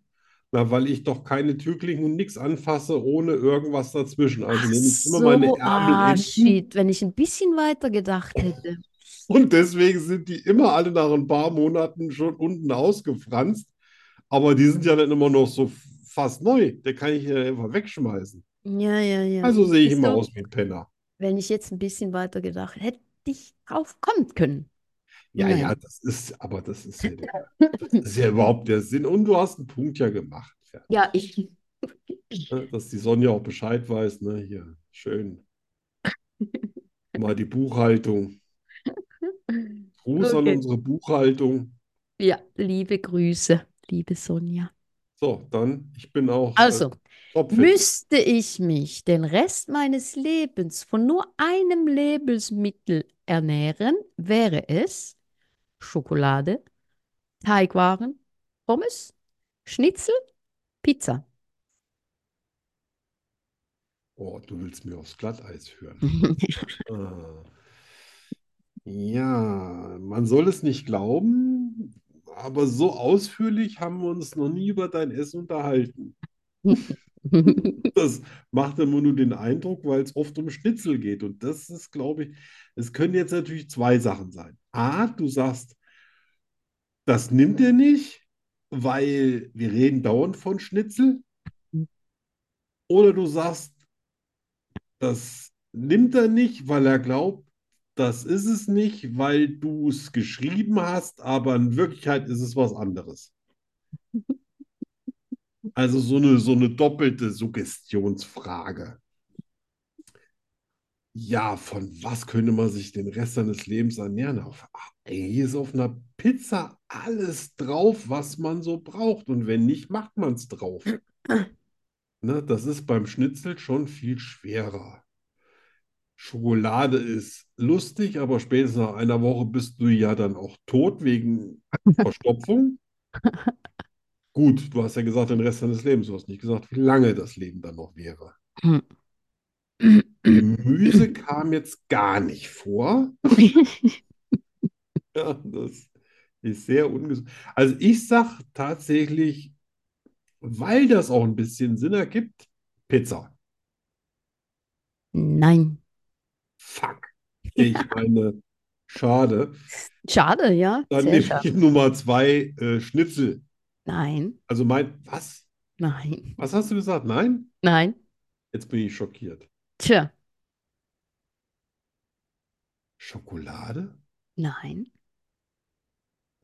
Na, weil ich doch keine Türklinken und nichts anfasse ohne irgendwas dazwischen. Also
Ach
nehme ich immer meine
so,
Ärmel
ah,
hinten
shit, wenn ich ein bisschen weiter gedacht hätte.
und deswegen sind die immer alle nach ein paar Monaten schon unten ausgefranst. Aber die sind ja dann immer noch so f- fast neu. Der kann ich ja einfach wegschmeißen.
Ja, ja, ja.
Also sehe ich
Siehst
immer
du,
aus wie ein Penner.
wenn ich jetzt ein bisschen weiter gedacht hätte, ich drauf kommen können.
Ja,
Naja.
ja, das ist, aber das ist ja der, das ist ja überhaupt der Sinn. Und du hast einen Punkt ja gemacht.
Ja,
Fertig.
ich.
Ne, Dass die Sonja auch Bescheid weiß, ne? Hier, schön. Mal die Buchhaltung. Gruß an
Okay.
unsere Buchhaltung.
Ja, liebe Grüße, liebe Sonja.
So, dann, ich bin auch äh,
Also,
topfit.
müsste ich mich den Rest meines Lebens von nur einem Lebensmittel ernähren, wäre es Schokolade, Teigwaren, Pommes, Schnitzel, Pizza.
Oh, du willst mir aufs Glatteis führen. Ah. Ja, man soll es nicht glauben, aber so ausführlich haben wir uns noch nie über dein Essen unterhalten. Das macht immer nur den Eindruck, weil es oft um Schnitzel geht. Und das ist, glaube ich, es können jetzt natürlich zwei Sachen sein. A, du sagst, das nimmt er nicht, weil wir reden dauernd von Schnitzel. Oder du sagst, das nimmt er nicht, weil er glaubt, das ist es nicht, weil du es geschrieben hast, aber in Wirklichkeit ist es was anderes. Also so eine, so eine doppelte Suggestionsfrage. Ja, von was könnte man sich den Rest seines Lebens ernähren? Auf, ey, hier ist auf einer Pizza alles drauf, was man so braucht. Und wenn nicht, macht man es drauf. Ne, das ist beim Schnitzel schon viel schwerer. Schokolade ist lustig, aber spätestens nach einer Woche bist du ja dann auch tot wegen Verstopfung. Gut, du hast ja gesagt, den Rest deines Lebens. Du hast nicht gesagt, wie lange das Leben dann noch wäre. Gemüse kam jetzt gar nicht vor. Ja, das ist sehr ungesund. Also ich sag tatsächlich, weil das auch ein bisschen Sinn ergibt, Pizza.
Nein.
Fuck. Ich meine, schade.
Schade, ja,
Dann
sehr
nehme ich
schade.
Nummer zwei, äh, Schnitzel.
Nein,
Also mein, was?
nein,
Was hast du gesagt? Nein?
nein.
Jetzt bin ich schockiert.
Tja,
Schokolade?
nein.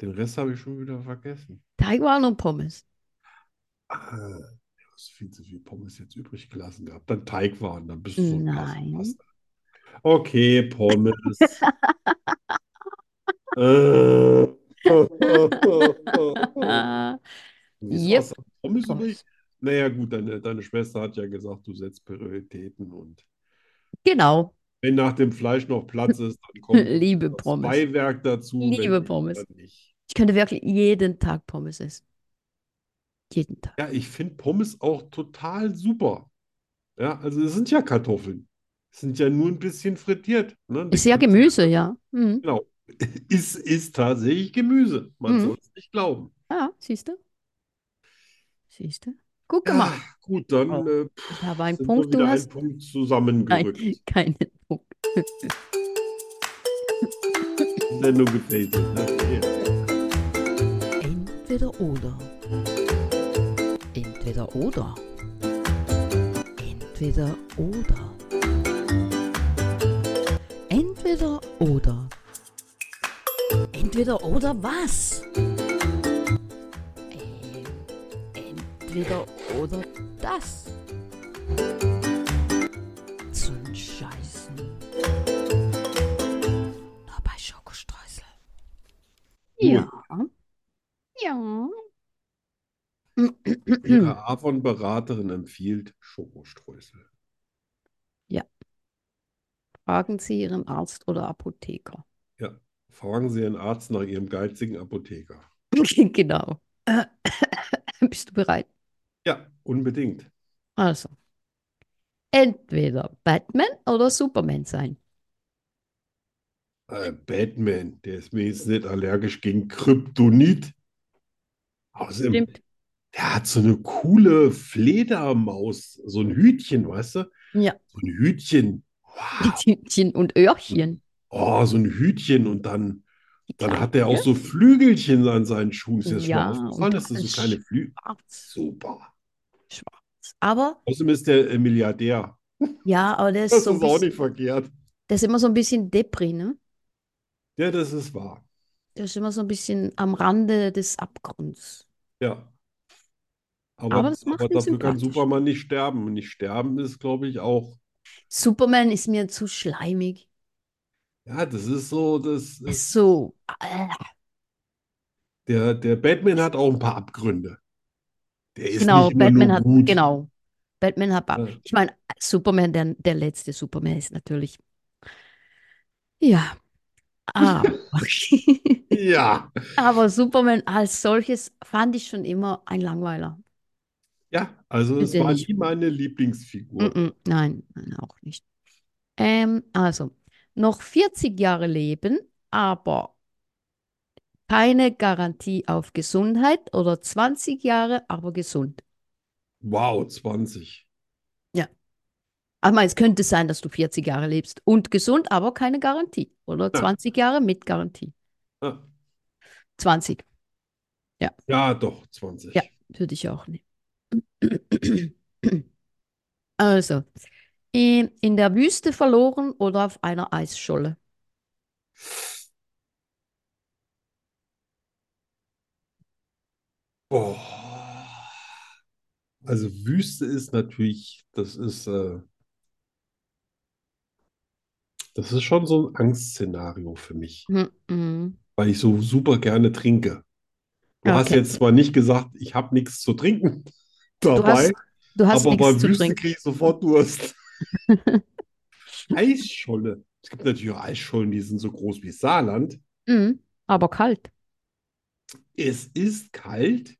Den Rest habe ich schon wieder vergessen.
Taiwan und Pommes.
Ah, ich habe viel zu viel Pommes jetzt übrig gelassen gehabt. Dann Teig waren, dann bist du so ein
Nein.
Massenpasta. Okay, Pommes. Äh. Oh.
Ah.
Wieso
Yep,
hast du Pommes übrig?
Pommes.
Oh Naja, gut, deine, deine Schwester hat ja gesagt, du setzt Prioritäten und
Genau,
wenn nach dem Fleisch noch Platz ist, dann kommt
liebe
das
Pommes.
Beiwerk dazu, wenn
Liebe
nicht,
Pommes.
dann nicht.
Ich könnte wirklich jeden Tag Pommes essen. Jeden Tag.
Ja, ich finde Pommes auch total super. Ja, also es sind ja Kartoffeln. Es sind ja nur ein bisschen frittiert. Ne? Die
Ist ja
kannst du,
Gemüse, ja. Mhm.
genau. Es ist tatsächlich Gemüse. Man
Mhm.
soll es nicht glauben.
Ja, siehst du? Siehst du? Gut
Ja,
gemacht.
gut, dann
Oh,
äh,
ich habe
pff,
einen
sind wir
Punkt, du
wieder ein
hast.
Punkt
Nein,
zusammengerückt.
keinen Punkt.
Die Sendung gefällt dir. Ne? Ja.
Entweder oder. Entweder oder. Entweder oder. Entweder oder. Entweder oder was? Ähm, entweder oder das. Zum Scheißen. Nur bei Schokostreusel.
Gut.
Ja, ja.
Ihre
Hm.
Avon-Beraterin empfiehlt Schokostreusel.
Ja, fragen Sie Ihren Arzt oder Apotheker.
Ja. Fragen Sie Ihren Arzt nach Ihrem geizigen Apotheker.
Genau. Bist du bereit?
Ja, unbedingt.
Also, entweder Batman oder Superman sein.
Äh, Batman, der ist wenigstens nicht allergisch gegen Kryptonit. Außerdem,
Stimmt.
der hat so eine coole Fledermaus, so ein Hütchen, weißt du?
Ja,
So ein Hütchen.
Ah.
Wow.
Hütchen und Öhrchen.
Oh, so ein Hütchen. Und dann,
Die
dann
kleinen
hat der auch so
Öhrchen.
Flügelchen an seinen Schuhen. Ist dir das schon mal
Ja, und
aufgefallen, dass das so
ganz
kleine Flügel?
schwarz.
Super.
Schwarz. Aber,
Außerdem ist der äh, Milliardär.
ja, aber der ist
Das
so ein
ist auch
bisschen,
nicht verkehrt.
der ist immer so ein bisschen Depri, ne?
Ja, das ist wahr.
Der ist immer so ein bisschen am Rande des Abgrunds.
Ja.
Aber
Aber,
das
aber
macht ihn
dafür kann
sympathisch.
Superman nicht sterben. Und nicht sterben ist, glaube ich, auch.
Superman ist mir zu schleimig.
Ja, das ist so, das
Ist
ist.
so. Äh,
Der, der Batman hat auch ein paar Abgründe. Der ist nicht
genau,
immer
Batman
nur
hat,
gut.
genau. Batman hat ab.
Ja.
Ich meine, Superman, der, der letzte Superman ist natürlich. Ja, aber.
Ja,
Aber Superman als solches fand ich schon immer ein Langweiler.
ja, also
Finde
es
den
war
nicht
nie
gut.
meine Lieblingsfigur.
Mm-mm, nein, nein, auch nicht. Ähm, also, noch 40 Jahre leben, aber keine Garantie auf Gesundheit oder 20 Jahre, aber gesund.
Wow, 20.
Ja. Aber es könnte sein, dass du 40 Jahre lebst und gesund, aber keine Garantie. Oder
Ja,
20 Jahre mit Garantie.
ja,
20, ja.
ja, doch,
Ja,
20.
würde ich auch nehmen. Also, in, in der Wüste verloren oder auf einer Eisscholle?
Boah. Oh. Also Wüste ist natürlich, das ist, äh, das ist schon so ein Angstszenario für mich, hm.
Mhm.
weil ich so super gerne trinke. Du hast
Okay.
jetzt zwar nicht gesagt, ich habe nichts zu trinken
Du
dabei,
hast, du hast
aber
nichts
bei
zu
Wüste
trinken.
kriege ich sofort Durst. Eisscholle. Es gibt natürlich auch Eisschollen, die sind so groß wie Saarland.
Mhm. Aber kalt.
Es ist kalt,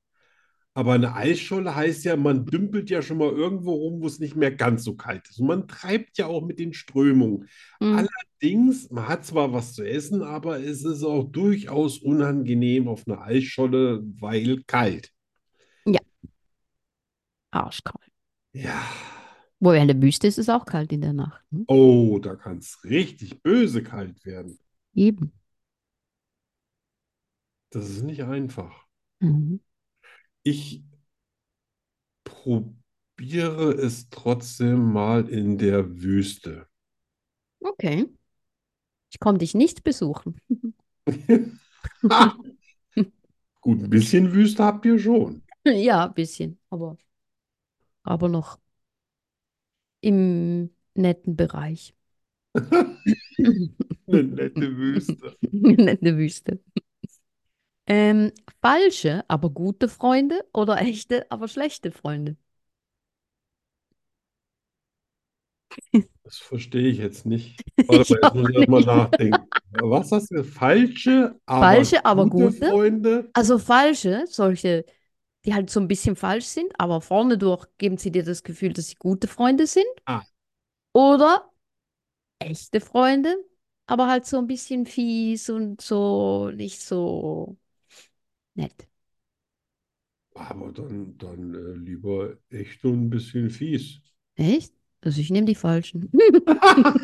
aber eine Eisscholle heißt ja, man dümpelt ja schon mal irgendwo rum, wo es nicht mehr ganz so kalt ist. Und man treibt ja auch mit den Strömungen.
Mhm.
Allerdings, man hat zwar was zu essen, aber es ist auch durchaus unangenehm auf einer Eisscholle, weil kalt.
Ja, arschkalt.
Ja.
Wobei in der Wüste ist es auch kalt in der Nacht. ne?
Oh, da kann es richtig böse kalt werden.
Eben.
Das ist nicht einfach.
Mhm.
Ich probiere es trotzdem mal in der Wüste.
Okay. Ich komme dich nicht besuchen.
Gut, ein bisschen Wüste habt ihr schon.
Ja, ein bisschen, aber, aber noch im netten Bereich.
Eine nette Wüste.
Nette Wüste. Ähm, falsche, aber gute Freunde oder echte, aber schlechte Freunde?
Das verstehe ich jetzt nicht. Warte
Ich
mal, jetzt muss
auch
ich erst mal
nicht.
nachdenken. Was hast du? Falsche, aber
Falsche, aber
gute
gute?
Freunde?
Also falsche, solche, die halt so ein bisschen falsch sind, aber vorne durch geben sie dir das Gefühl, dass sie gute Freunde sind.
Ah,
Oder echte Freunde, aber halt so ein bisschen fies und so nicht so nett.
aber dann, dann äh, lieber echt und ein bisschen fies.
Echt? Also ich nehme die falschen.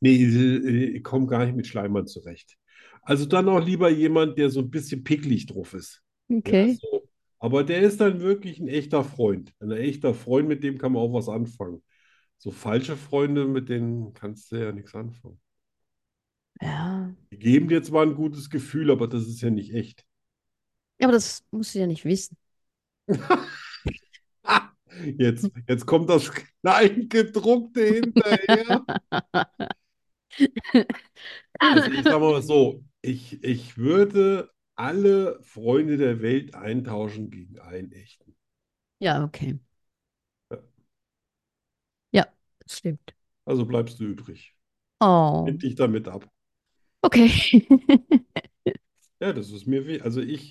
Nee, ich, ich komme gar nicht mit Schleimern zurecht. Also dann auch lieber jemand, der so ein bisschen picklig drauf ist. Ja,
Okay.
so. Aber der ist dann wirklich ein echter Freund. Ein echter Freund, mit dem kann man auch was anfangen. So falsche Freunde, mit denen kannst du ja nichts anfangen.
Ja.
Die geben dir zwar ein gutes Gefühl, aber das ist ja nicht echt.
Aber das musst du ja nicht wissen.
Ah, Jetzt, jetzt kommt das Kleingedruckte hinterher. Also ich sage mal so, ich, ich würde alle Freunde der Welt eintauschen gegen einen echten.
Ja, okay.
Ja,
Ja, das stimmt.
Also bleibst du übrig.
Oh,
Find dich damit ab.
okay.
Ja, das ist mir wichtig. Also ich,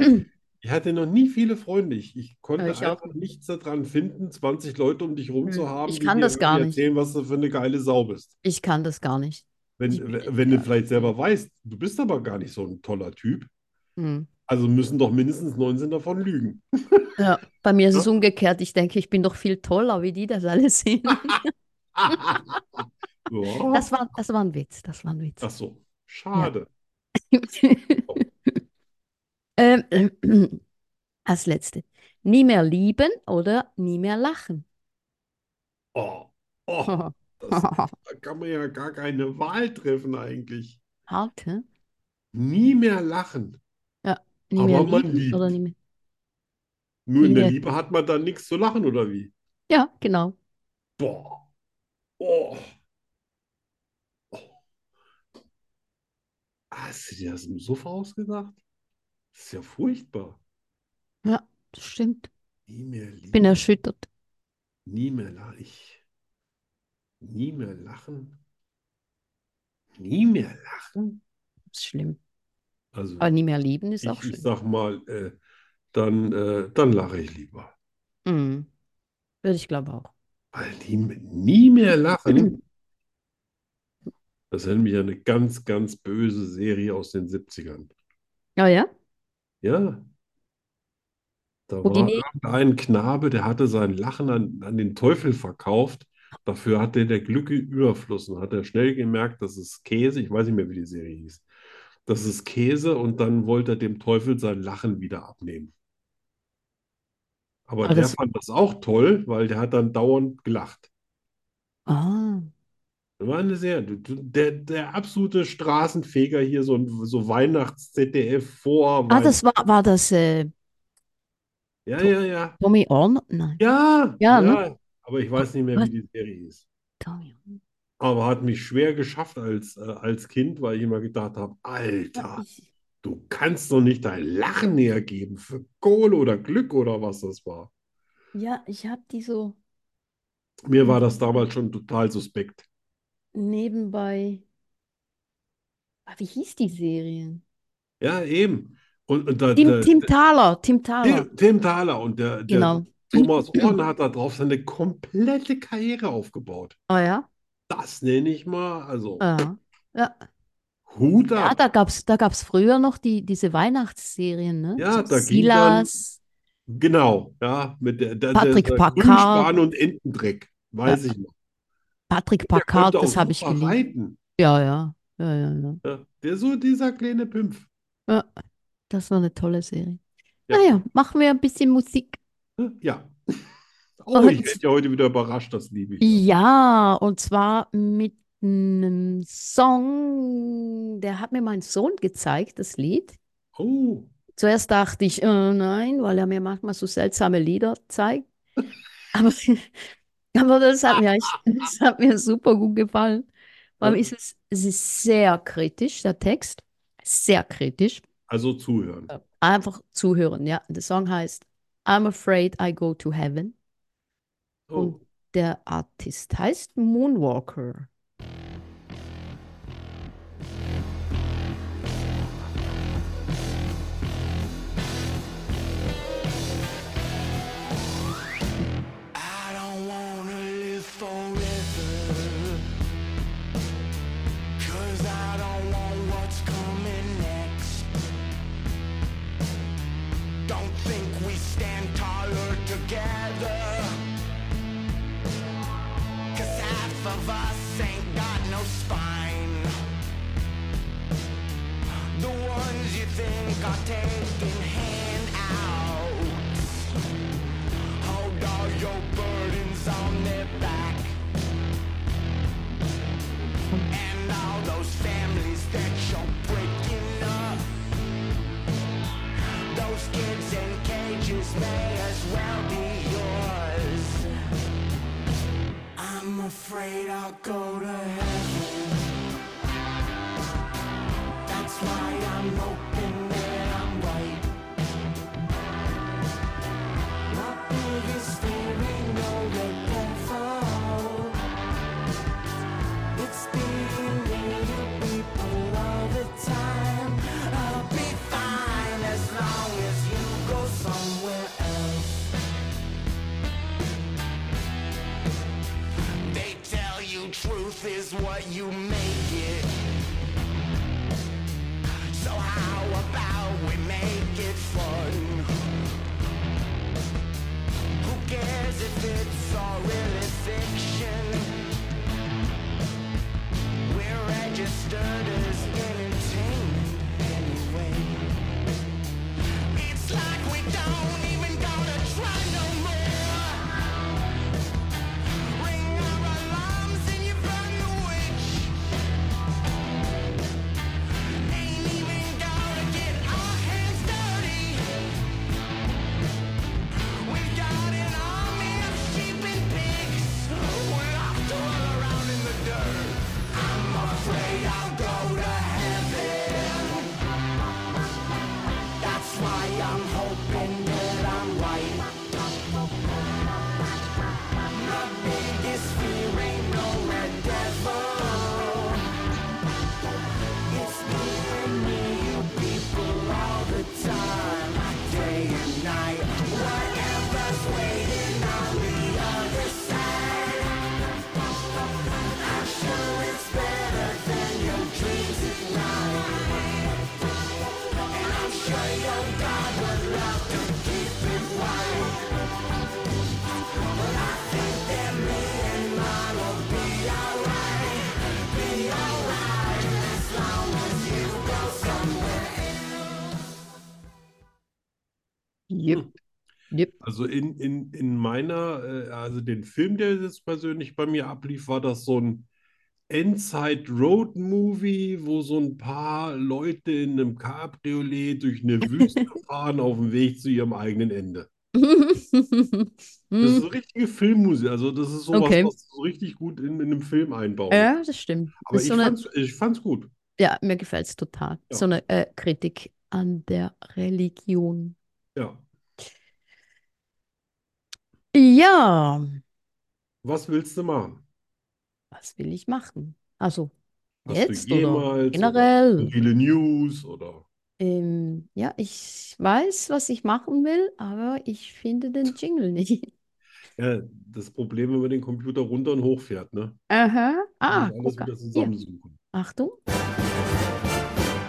ich hatte noch nie viele Freunde. Ich, ich konnte
Ich auch
einfach
nicht.
nichts daran finden, 20 Leute um dich rum zu
Hm. Ich
haben, die
kann
dir
das gar
irgendwie
nicht.
erzählen, was du für eine geile Sau bist.
Ich kann das gar nicht. Ich
Wenn,
bin echt
wenn du
gar
vielleicht
nicht.
selber weißt, du bist aber gar nicht so ein toller Typ.
Hm.
Also müssen doch mindestens 19 davon lügen.
Ja, bei mir ist es
Ne?
umgekehrt. Ich denke, ich bin doch viel toller, wie die das alle sehen.
Ja.
Das war, das war ein Witz, das war ein Witz.
Ach so,
Ja.
schade. Oh,
Ähm, als letzte. Nie mehr lieben oder nie mehr lachen.
oh, oh, das, da kann man ja gar keine Wahl treffen eigentlich.
Hart, Halt, hä?
Nie mehr lachen,
Ja, nie mehr
aber man
lieben oder
liebt.
nie mehr,
Nur
nie
in der
mehr.
Liebe hat man dann nichts zu lachen, oder wie?
Ja, genau.
Boah, oh, oh. Hast du dir das im Suff ausgedacht? Das ist ja furchtbar.
Ja, das stimmt.
Nie mehr
Ich bin
lieben,
erschüttert.
nie mehr lachen. Ich, nie mehr lachen, nie mehr lachen?
Das ist schlimm.
Also,
Aber nie mehr lieben Ah, ist auch
ich, ich
schlimm.
sag mal, äh, dann, äh, dann lache ich lieber.
Mhm. Würde ich glaube auch.
Weil die nie mehr lachen, das erinnert mich an eine ganz, ganz böse Serie aus den 70ern.
Ja, Ah, ja.
Ja, da
Wo die
war
nie.
ein Knabe, der hatte sein Lachen an, an den Teufel verkauft. Dafür hatte der Glück im Überfluss und hat er schnell gemerkt, das ist Käse. Ich weiß nicht mehr, wie die Serie hieß. Das ist Käse und dann wollte er dem Teufel sein Lachen wieder abnehmen. Aber
Aber
der
Ah, das.
fand das auch toll, weil der hat dann dauernd gelacht.
Ah.
Das war eine sehr, du- du- der, der absolute Straßenfeger hier, so, ein- so Weihnachts-ZDF vor
Ah,
Weihnachten.
das war, war das äh,
Ja,
To-
ja, ja.
Tommy Orn? Nein.
Ja,
Ja, ne?
ja. Aber ich
To-
weiß nicht mehr,
Was?
wie die Serie hieß.
Tommy Orn.
Aber hat mich schwer geschafft als, äh, als Kind, weil ich immer gedacht habe,
Ja,
Alter,
ich.
du kannst doch nicht dein Lachen hergeben für Kohle oder Glück oder was das war.
Ja, ich habe die so
Mir war
n-
das damals schon total suspekt.
nebenbei. Ah, wie hieß die Serie?
Ja, eben. Und, und da,
Tim,
da,
Tim Thaler, Tim Thaler,
Äh, Tim, Tim Thaler und der, der
genau.
Thomas Orn hat da drauf seine komplette Karriere aufgebaut.
Oh ja,
Das nenne ich mal, also
ja. Ja,
Hut
Äh, ja
ab.
da gab's, da gab's früher noch die, diese Weihnachtsserien, ne? So
Ja, da ging dann,
Silas,
genau, ja, mit der, der, der,
Patrick
der
Packard.
Grünspan und Entendreck,
Ja,
weiß ich noch.
Patrick
Der um konnte
Packard,
auch
das habe ich
super
geliebt.
reiten.
Ja, ja. Ja, ja, ja.
Ja, der so dieser kleine Pimpf.
Ja, das war eine tolle Serie.
Ja.
Naja, machen wir ein bisschen Musik.
ne? Ja. Oh, ich
Und
werde ja heute wieder überrascht, das liebe ich ja.
ja, und zwar mit einem Song, der hat mir mein Sohn gezeigt, das Lied.
Oh,
Zuerst dachte ich, äh, nein, weil er mir manchmal so seltsame Lieder zeigt. Aber, aber das hat mir, echt- das hat mir super gut gefallen. Weil
ja.
es ist, es ist sehr kritisch, der Text. Sehr kritisch.
Also zuhören.
Ja. Einfach zuhören, ja. Der Song heißt I'm Afraid I Go to Heaven. Und
Oh,
der Artist heißt Moonwalker.
I don't wanna live forever. Cause I don't want what's coming next. Don't think we stand taller together. Cause half of us ain't got no spine. The ones you think are taking hand out. Hold all your burdens on their back. And all those families that you're breaking up. Those kids in cages may as well be yours. I'm afraid I'll go to heaven. That's why I'm hoping that I'm right. My biggest fear ain't no revival. It's being real people all the time. I'll be fine as long as you go somewhere else. They tell you truth is what you make it. So how about we make it fun? Who cares if it's all really fiction? We're registered as entertainment anyway. It's like we don't even gotta try no more. Ring our alarms and you burn the witch. Ain't even gotta get our hands dirty. We've got an army of sheep and pigs. We're off to roll around in the dirt. I'm afraid I'll go to heaven. That's why I'm hoping that I'm right. My biggest fear ain't no red devil. It's me and me, you people all the time, day and night. Whatever's waiting on the other side, I'm sure it's better than your dreams at night. And I'm sure your God would love to keep it white. But I think that me and mine will be alright, be alright, as long as you go somewhere
Yep,
Hm.
yep.
Also in, in, in meiner, äh, also den Film, der jetzt persönlich bei mir ablief, war das so ein Endside-Road-Movie, wo so ein paar Leute in einem Cabriolet durch eine Wüste fahren auf dem Weg zu ihrem eigenen Ende. Das ist
Hm,
so richtige Filmmusik. Also das ist sowas,
Okay.
was du richtig gut in, in einem Film einbauen
Ja, das stimmt. Das
Aber
ist
ich
so eine,
fand's, ich fand's gut.
ja, mir gefällt es total. So
Ja,
eine äh, Kritik an der Religion.
ja.
Ja,
Was willst du machen?
was will ich machen? Also
Hast du
jetzt oder
jemals oder
generell?
viele News oder?
Ähm, ja, ich weiß, was ich machen will, aber ich finde den Jingle nicht.
Ja, das Problem, wenn man den Computer runter und hoch fährt, ne?
Aha.
Man muss
Ah,
alles
guck an.
wieder
Hier,
zusammensuchen.
Achtung.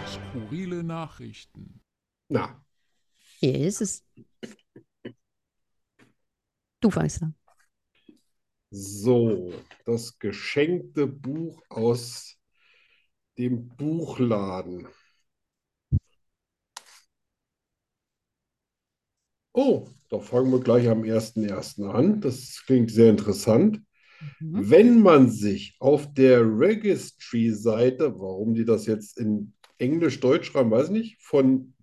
Skurrile Nachrichten.
Na,
Hier ist es. Du fängst an.
so, das geschenkte Buch aus dem Buchladen. Oh, da fangen wir gleich am 1.1. an. Das klingt sehr interessant.
Mhm.
Wenn man sich auf der Registry-Seite, warum die das jetzt in Englisch-Deutsch schreiben, weiß ich nicht, von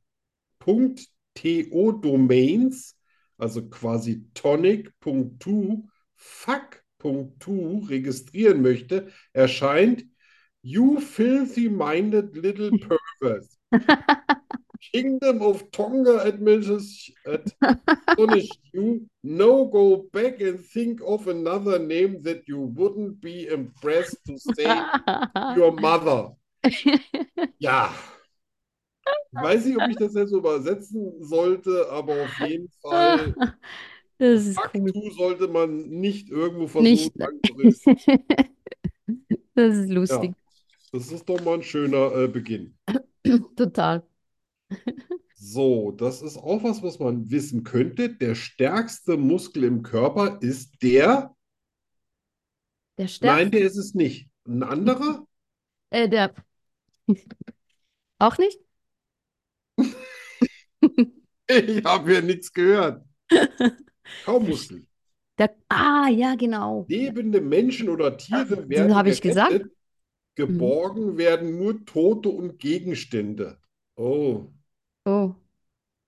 .to Domains, also quasi tonic.to, fuck.to registrieren möchte, erscheint You filthy-minded little pervert. Kingdom of Tonga admits at punish you. No, go back and think of another name that you wouldn't be impressed to say your mother. Ja. Ich weiß nicht, ob ich das jetzt so übersetzen sollte, aber auf jeden Fall,
Das ist cool.
Faktu sollte man nicht irgendwo versuchen,
Nicht.
langfristig.
Das ist lustig.
Das ist doch mal ein schöner äh, Beginn.
Total.
So, das ist auch was, was man wissen könnte. Der stärkste Muskel im Körper ist der.
Der
Nein,
Stärk,
der ist es nicht. Ein anderer?
äh, der. Auch nicht?
Ich habe hier nichts gehört. Kaumuskel.
Der, ah, ja, genau.
Lebende Menschen oder Tiere
Den
werden
habe ich gesagt. Mhm.
gerettet. Geborgen werden nur Tote und Gegenstände. Oh,
Oh,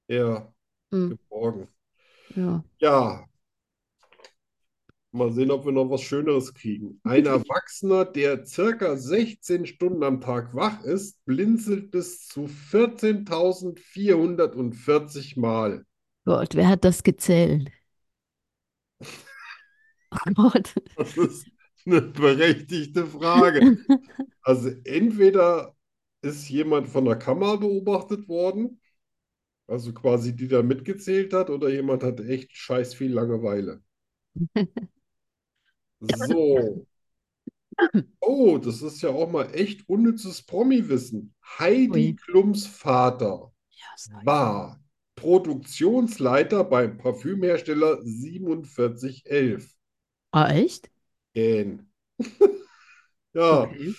ja,
hm,
geborgen.
ja.
Ja. Mal sehen, ob wir noch was Schöneres kriegen. Ein Erwachsener, der circa 16 Stunden am Tag wach ist, blinzelt bis zu 14.440 Mal.
Gott, wer hat das gezählt? Oh Gott.
Das ist eine berechtigte Frage. Also entweder ist jemand von der Kamera beobachtet worden, also quasi die da mitgezählt hat, oder jemand hatte echt scheiß viel Langeweile. So. Oh, das ist ja auch mal echt unnützes Promi-Wissen. Heidi
Ui.
Klums Vater
Ja, sorry.
war Produktionsleiter beim Parfümhersteller 4711.
Ah, echt?
Gähn. Ja,
Okay.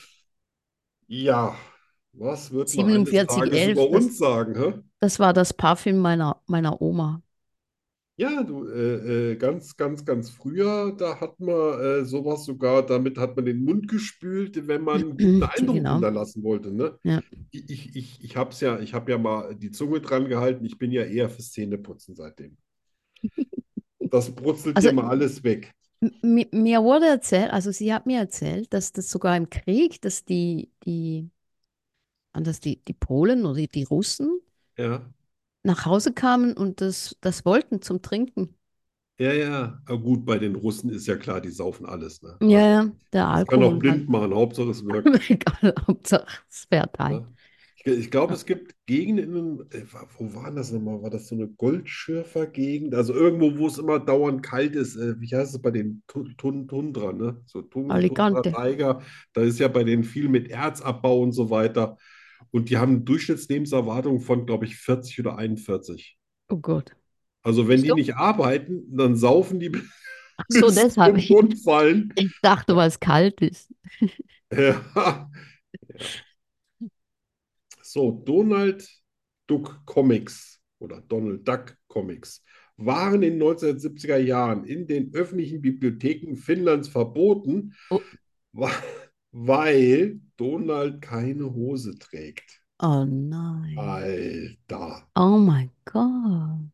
ja. Was wird man eines
47,
Tages
11,
über
das-
uns sagen, hä?
Das war das Parfüm meiner, meiner Oma.
Ja, du, äh, äh, ganz, ganz, ganz früher, da hat man äh, sowas sogar, damit hat man den Mund gespült, wenn man einen guten Eindruck
Genau.
hinterlassen wollte, ne?
Ja.
Ich, ich, ich, ich hab's ja, ich habe ja mal die Zunge dran gehalten, ich bin ja eher fürs Zähneputzen seitdem. Das brutzelt
Also-
dir mal alles weg.
M- mi- Mir wurde erzählt, also sie hat mir erzählt, dass das sogar im Krieg, dass die, die, und dass die, die Polen oder die Russen
Ja,
nach Hause kamen und das, das wollten zum Trinken.
ja, ja. Aber gut, bei den Russen ist ja klar, die saufen alles, ne?
Ja, ja, der
Das kann auch
Alkohol
blind machen, Hauptsache es wirkt.
halt. Egal, Hauptsache es fährt ein.
Ne? Ich, ge- ich glaube, es gibt Gegenden, in- äh, wa- wo waren das nochmal? War das so eine Goldschürfer-Gegend? Also irgendwo, wo es immer dauernd kalt ist. Äh, wie heißt es bei den Tun- Tun- Tundra, ne? So Tun- Tundra,
Alicante.
Tiger. Da ist ja bei denen viel mit Erzabbau und so weiter. Und die haben eine Durchschnittslebenserwartung von, glaube ich, 40 oder 41.
Oh Gott.
Also wenn
Ach
die
so.
nicht arbeiten, dann saufen die bis
Ach so, deshalb.
zum Mund fallen.
Ich dachte, weil es kalt ist.
Ja. Ja. So, Donald Duck Comics oder Donald Duck Comics waren in den 1970er Jahren in den öffentlichen Bibliotheken Finnlands verboten,
Oh.
wa- weil Donald keine Hose trägt.
Oh
Ah.
nein.
Alter,
Oh mein Gott.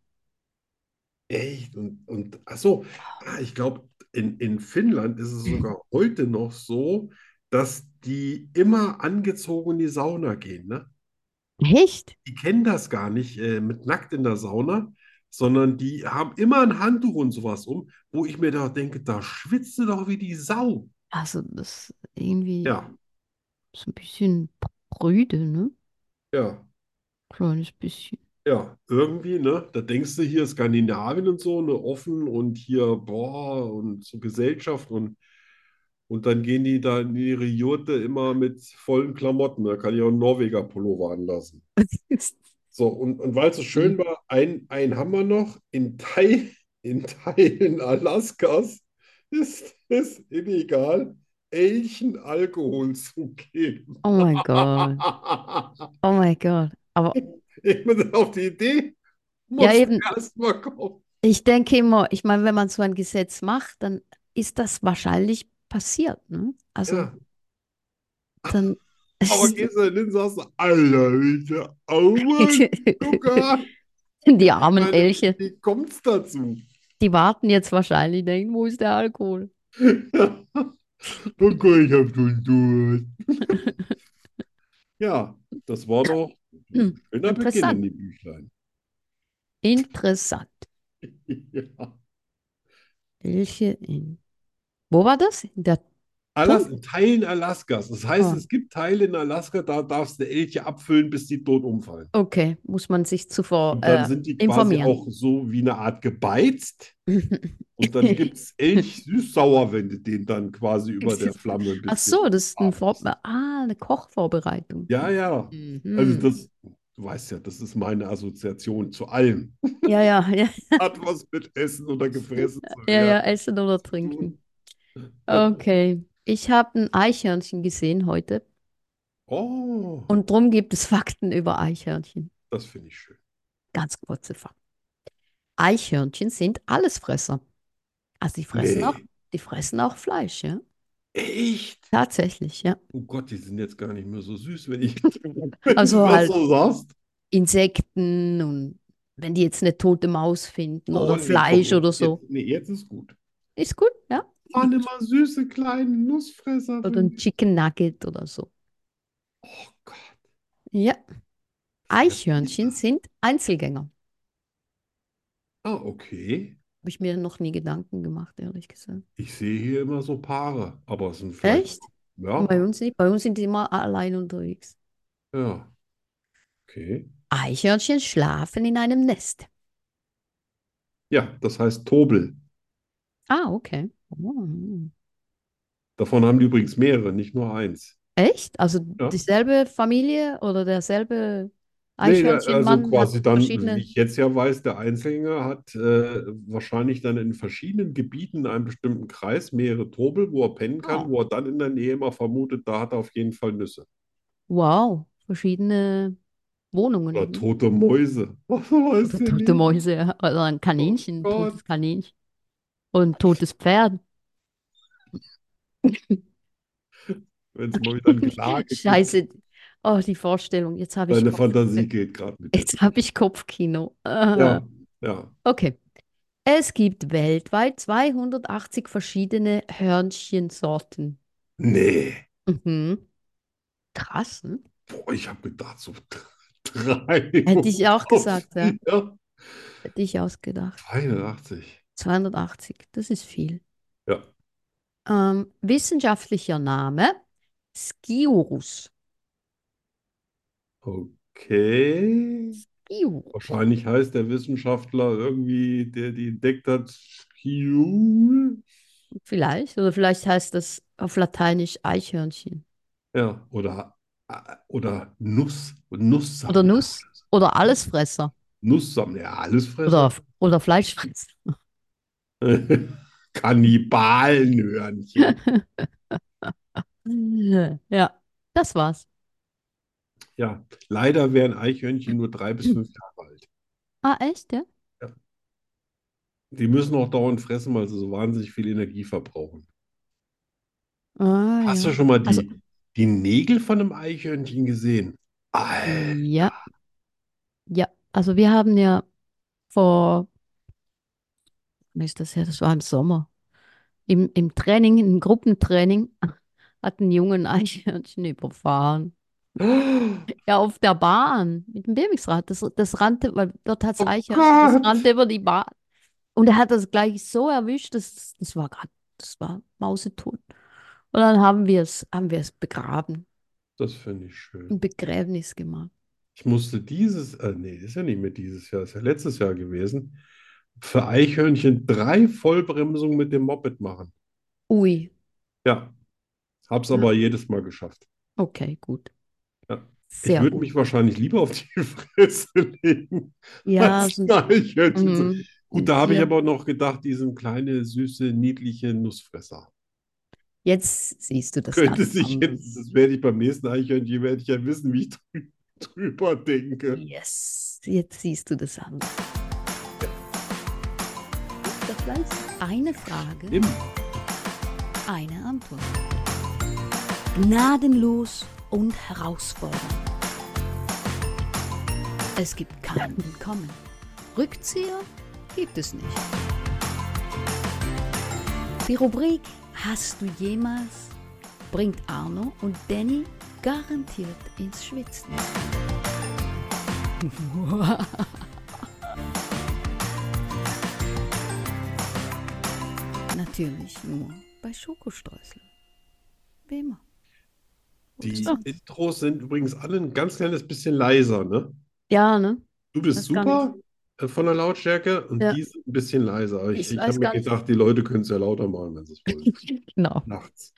echt? Und, und ach so, ah, ich glaube, in, in Finnland ist es sogar heute noch so, dass die immer angezogen in die Sauna gehen, ne?
Echt?
die kennen das gar nicht äh, mit nackt in der Sauna, sondern die haben immer ein Handtuch und sowas um, wo ich mir da denke, da schwitzt du doch wie die Sau.
Also, das ist irgendwie
Ja,
so ein bisschen prüde, ne?
ja,
Kleines bisschen.
ja, irgendwie, ne? Da denkst du hier Skandinavien und so, ne, offen und hier, boah, und so Gesellschaft und, und dann gehen die da in ihre Jurte immer mit vollen Klamotten. Da kann ich auch einen Norweger Pullover anlassen. So, und, und weil es so
Mhm.
schön war, ein, ein haben wir noch. In, Teil, in Teilen Alaskas ist es illegal, Elchen Alkohol zu geben.
Oh mein Gott. Oh mein Gott. Aber
Ich bin auf die Idee,
Ja,
muss
eben.
erst mal kommen.
ich denke immer, ich meine, wenn man so ein Gesetz macht, dann ist das wahrscheinlich passiert. Ne? Also
Ja.
dann.
Aber gehst du hin, sagst du, Alter, Alter, Aua, Zucker.
Die armen
Meine-
Elche,
Wie kommt's dazu?
die warten jetzt wahrscheinlich, denken, wo ist der Alkohol?
Okay, ich hab schon durch. Ja, das war doch ein
Hm,
schöner Beginn
interessant.
in dem Büchlein.
Interessant.
Ja.
Elche in. Wo war das? In der
Alas in Teilen Alaskas. Das heißt,
Ah.
es gibt Teile in Alaska, da darfst du Elche abfüllen, bis die tot umfallen.
Okay, muss man sich zuvor
Und dann
äh,
sind die quasi
informieren.
auch so wie eine Art gebeizt.
äh,
Und dann gibt es Elch süß-sauer, wenn du den dann quasi über der Flamme ein
Ach
bisschen.
so, das ist ein
abends.
Vor ah, eine Kochvorbereitung.
Ja, ja. Also
Mhm.
das, du weißt ja, das ist meine Assoziation zu allem.
Ja, ja, ja,
Hat was mit Essen oder Gefressen zu
ja, ja,
werden.
essen oder trinken.
tun. Mhm.
Okay. Ich habe ein Eichhörnchen gesehen heute
Oh,
und drum gibt es Fakten über Eichhörnchen.
das finde ich schön.
Ganz kurze Fakten. Eichhörnchen sind Allesfresser. Also die fressen
Nee.
auch, die fressen auch Fleisch, ja.
Echt?
Tatsächlich, ja.
Oh Gott, die sind jetzt gar nicht mehr so süß, wenn ich
Also
wenn du
halt-
das so sagst.
Insekten und wenn die jetzt eine tote Maus finden
Oh,
oder
nee,
Fleisch
komm,
oder
jetzt,
so.
nee, jetzt ist gut.
Ist gut, ja.
Waren immer süße kleine Nussfresser.
Oder
finde
ein Chicken Nugget oder so.
ich. Oh Gott.
Ja. Eichhörnchen sind Einzelgänger.
Ah, okay.
Habe ich mir noch nie Gedanken gemacht, ehrlich gesagt.
Ich sehe hier immer so Paare, aber es sind vielleicht.
Echt? Oh
Ja,
Bei uns nicht. Bei uns sind die immer allein unterwegs.
ja. Okay.
Eichhörnchen schlafen in einem Nest.
Ja, das heißt Tobel.
Ah, okay. Oh.
Davon haben die übrigens mehrere, nicht nur eins.
Echt? Also
Ja.
dieselbe Familie oder derselbe Ah,
Nee, der-
Eichhörnchenmann
also
hat
quasi dann,
verschiedene.
wie ich jetzt ja weiß, der Einzelgänger hat äh, wahrscheinlich dann in verschiedenen Gebieten in einem bestimmten Kreis mehrere Tobel, wo er pennen kann,
Ah.
wo er dann in der Nähe immer vermutet, da hat er auf jeden Fall Nüsse.
Wow, verschiedene Wohnungen.
Oder
ne?
tote Mäuse. Was weiß
Oder
ich
tote
nicht.
Mäuse, ja. oder ein Kaninchen, ein
Oh Gott.
totes Kaninchen. Und ein totes Pferd.
Wenn es mal wieder eine Klage gibt.
Scheiße. Oh, die Vorstellung. Jetzt habe ich
Deine
Kopf-
Fantasie geht gerade mit.
Jetzt habe ich Kopfkino. Ah,
Ja, ja.
Okay. Es gibt weltweit 280 verschiedene Hörnchensorten.
Nee.
Mhm. Krass, ne?
Boah, ich habe gedacht, so drei.
Hätte ich auch
Oh.
gesagt, ja.
Ja,
Hätte ich ausgedacht.
81.
280, das ist viel.
Ja.
Ähm, wissenschaftlicher Name, Sciurus.
Okay.
Sciurus.
Wahrscheinlich heißt der Wissenschaftler irgendwie, der die entdeckt hat, Sciul.
Vielleicht, oder vielleicht heißt das auf Lateinisch Eichhörnchen
Ja, oder, oder Nuss, Nusssammler.
oder Nuss oder Allesfresser
Nusssammler, ja, Allesfresser.
oder, oder Fleischfresser.
Kannibalenhörnchen.
Ja, das war's.
Ja, leider wären Eichhörnchen nur drei bis fünf Jahre alt.
Ah, echt, ja?
Die müssen auch dauernd fressen, weil sie so wahnsinnig viel Energie verbrauchen.
Ah,
Hast du
ja.
schon mal die,
Also-
die Nägel von einem Eichhörnchen gesehen? Alter.
Ja. Ja, also wir haben ja vor, wann ist das her? Das war im Sommer. Im, im Training, im Gruppentraining, hat ein Junge ein Eichhörnchen überfahren. Ja, auf der Bahn mit dem BMX-Rad. Das, das rannte, weil dort hat es
Oh
Eichhörnchen, das
Gott.
rannte über die Bahn. Und er hat das gleich so erwischt, das, das war grad, das war mausetot. Und dann haben wir es, haben wir es begraben,
Das finde ich schön.
ein Begräbnis gemacht.
Ich musste dieses, äh, nee, ist ja nicht mehr dieses Jahr, ist ja letztes Jahr gewesen, für Eichhörnchen drei Vollbremsungen mit dem Moped machen.
Ui,
Ja, hab's
Ja.
aber jedes Mal geschafft.
okay, gut.
Ja. Ich
Sehr
würde
gut.
mich wahrscheinlich lieber auf die Fresse legen,
Ja,
als ein
sind,
Eichhörnchen zu-
mhm.
Gut, da habe ich
Ja.
aber noch gedacht, die sind kleine, süße, niedliche Nussfresser.
Jetzt siehst du das
Könnte
ganz
sich
anders.
jetzt, das werde ich beim nächsten Eichhörnchen, werde ich ja wissen, wie ich drü- drüber denke.
Mhm. Yes, jetzt siehst du das anders. Ist das leicht? Eine Frage.
Nimm.
eine Antwort. Gnadenlos und herausfordernd. Es gibt kein Entkommen. Rückzieher gibt es nicht. Die Rubrik Hast du jemals bringt Arno und Danny garantiert ins Schwitzen. Natürlich nur bei Schokostreuseln. Wie immer.
Die
So.
Intros sind übrigens alle ein ganz kleines bisschen leiser, ne?
Ja, ne?
Du bist
Das kann
super äh, von der Lautstärke und
Ja.
die sind ein bisschen leiser. Aber Ich,
Ich
ich
weiß
habe mir
gar nicht.
gedacht, die Leute können es ja lauter machen, wenn sie es wollen.
Genau.
Nachts.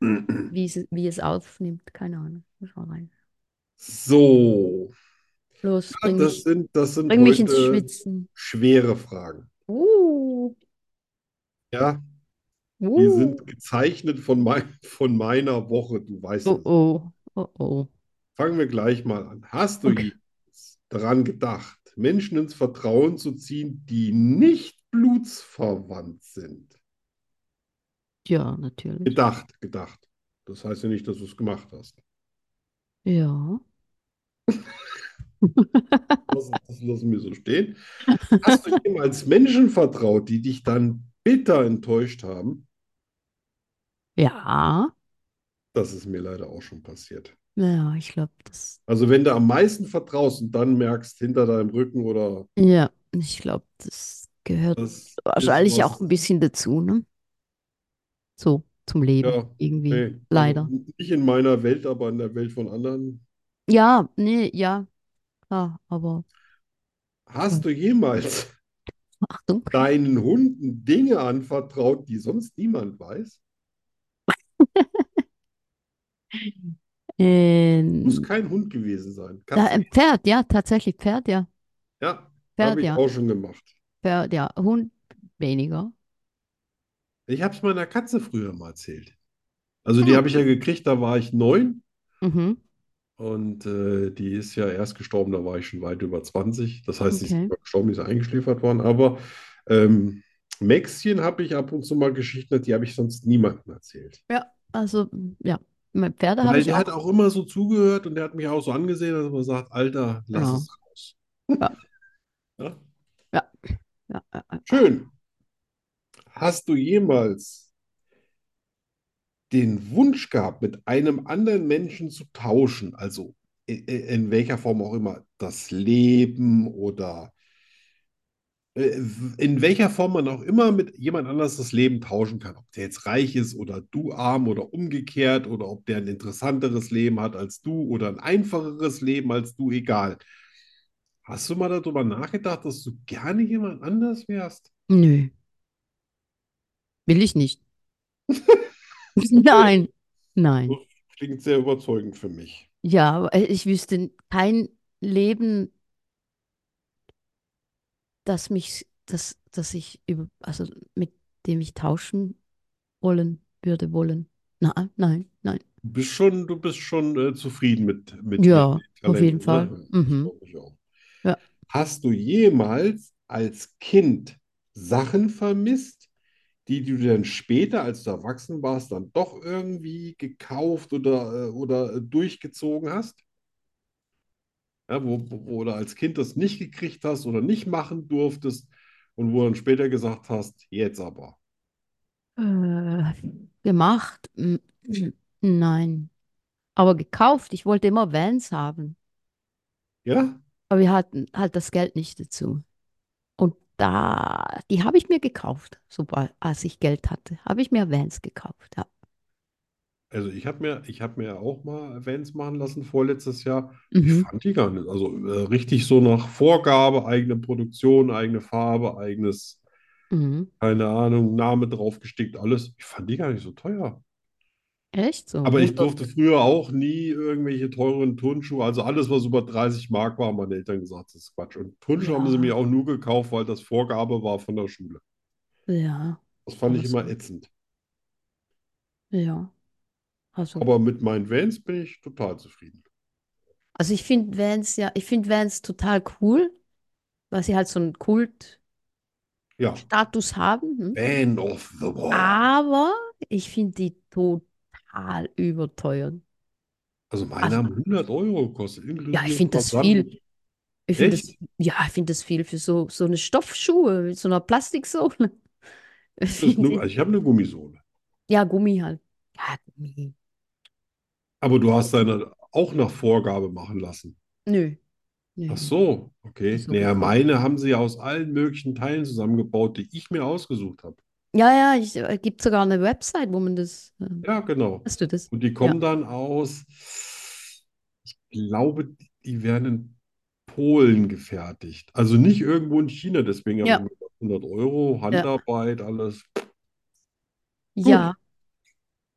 Wie es, wie es aufnimmt, keine Ahnung. Muss mal rein.
So,
Los,
Ja,
bring
das
mich,
sind, das sind
bring mich ins
heute
Schwitzen.
schwere Fragen.
Uh,
Ja, die
uh.
sind gezeichnet von, mein, von meiner Woche, du weißt
Oh
es.
oh, oh oh.
Fangen wir gleich mal an. Hast du
Okay.
jemals daran gedacht, Menschen ins Vertrauen zu ziehen, die nicht blutsverwandt sind?
Ja, natürlich.
Gedacht, gedacht. Das heißt ja nicht, dass du es gemacht hast.
Ja.
Das, das lassen wir so stehen. Hast du jemals Menschen vertraut, die dich dann bitter enttäuscht haben?
Ja.
Das ist mir leider auch schon passiert.
Ja, ich glaube, das.
Also wenn du am meisten vertraust und dann merkst, hinter deinem Rücken oder
Ja, ich glaube, das gehört
das ist
wahrscheinlich
was-
auch ein bisschen dazu, ne? So, zum Leben
Ja,
irgendwie.
nee, also
Leider.
nicht in meiner Welt, aber in der Welt von anderen.
Ja, nee, ja. Klar, aber
Hast du jemals
Achtung.
deinen Hunden Dinge anvertraut, die sonst niemand weiß? Muss
Ähm,
kein Hund gewesen sein.
ja,
Katze.
ein Pferd, ja, tatsächlich Pferd, ja.
Ja,
Pferd,
habe ich
ja.
auch schon gemacht.
Pferd, ja. Hund weniger.
Ich habe es meiner Katze früher mal erzählt. Also
Ah.
die habe ich ja gekriegt, da war ich neun
Mhm.
und äh, die ist ja erst gestorben, da war ich schon weit über 20. Das heißt, die ist
Okay.
nicht mal gestorben, die ist eingeschläfert worden. Aber ähm, Maxchen habe ich ab und zu mal Geschichten, die habe ich sonst niemandem erzählt.
Ja, also, ja. Meine Pferde habe
Weil halt
ich
der hat
auch.
auch immer so zugehört und der hat mich auch so angesehen, dass man sagt, Alter, lass
Genau.
es raus.
Ja.
Ja?
Ja, äh, ja, ja.
Schön. Hast du jemals den Wunsch gehabt, mit einem anderen Menschen zu tauschen? Also i- i- in welcher Form auch immer, das Leben oder äh, in welcher Form man auch immer mit jemand anders das Leben tauschen kann. Ob der jetzt reich ist oder du arm oder umgekehrt oder ob der ein interessanteres Leben hat als du oder ein einfacheres Leben als du, egal. Hast du mal darüber nachgedacht, dass du gerne jemand anders wärst?
Nö. Will ich nicht. Nein. Nein.
Klingt sehr überzeugend für mich.
Ja, aber äh, ich wüsste kein Leben, das mich, das, das ich über, also mit dem ich tauschen wollen würde wollen. Nein, nein, nein.
Du bist schon, du bist schon äh, zufrieden mit, mit
Ja,
mit den
auf jeden
Talenten,
Fall.
ne?
Mhm.
Das glaub ich auch.
Ja.
Hast du jemals als Kind Sachen vermisst, die du dann später, als du erwachsen warst, dann doch irgendwie gekauft oder, äh, oder äh, durchgezogen hast? Ja, wo, wo, wo du als Kind das nicht gekriegt hast oder nicht machen durftest und wo du dann später gesagt hast, jetzt aber.
Äh, gemacht? Mm, mm, Nein. Aber gekauft, ich wollte immer Vans haben,
Ja?
aber wir hatten halt das Geld nicht dazu. Und da, die habe ich mir gekauft, sobald, als ich Geld hatte, habe ich mir Vans gekauft, ja.
Also ich habe mir, ich habe mir auch mal Vans machen lassen vorletztes Jahr. Ich
Mhm.
fand die gar nicht. Also äh, richtig so nach Vorgabe, eigene Produktion, eigene Farbe, eigenes,
Mhm.
keine Ahnung, Name draufgestickt, alles. Ich fand die gar nicht so teuer.
Mhm. Echt so?
Aber ich
Unter-
durfte früher auch nie irgendwelche teuren Turnschuhe. Also alles, was über 30 Mark war, haben meine Eltern gesagt, das ist Quatsch. Und Turnschuhe haben sie
Ja.
mir auch nur gekauft, weil das Vorgabe war von der Schule.
Ja,
Das fand ich
alles
immer
gut.
ätzend.
Ja. Also,
Aber mit meinen Vans bin ich total zufrieden.
also ich finde Vans ja, ich finde Vans total cool, weil sie halt so einen Kultstatus
Ja,
haben. Hm?
Van of the
Ah.
Wall.
Aber ich finde die total überteuert.
Also meiner
Also,
haben 100 Euro gekostet,
ja, ich
inklusive
finde das viel.
Versand.
Ich finde das,
Echt?
ja, ich finde das viel für so, so eine Stoffschuhe mit so einer Plastiksohle.
Das ist
Finde
nur,
ich.
also ich habe eine Gummisohle.
Ja, Gummi halt. Ja, Gummi.
Aber du hast deine auch nach Vorgabe machen lassen.
Nö, nö,
Ach so, okay.
so
Naja,
gekauft.
meine haben sie ja aus allen möglichen Teilen zusammengebaut, die ich mir ausgesucht habe.
Ja, ja, ich, äh, gibt sogar eine Website, wo man das. ähm,
Ja, genau.
Hast du das?
Und die
Ja.
kommen dann aus, ich glaube, die werden in Polen gefertigt. Also nicht irgendwo in China, deswegen haben sie
Ja,
mir gesagt, 100 Euro,
ja,
Handarbeit, alles. Gut,
ja,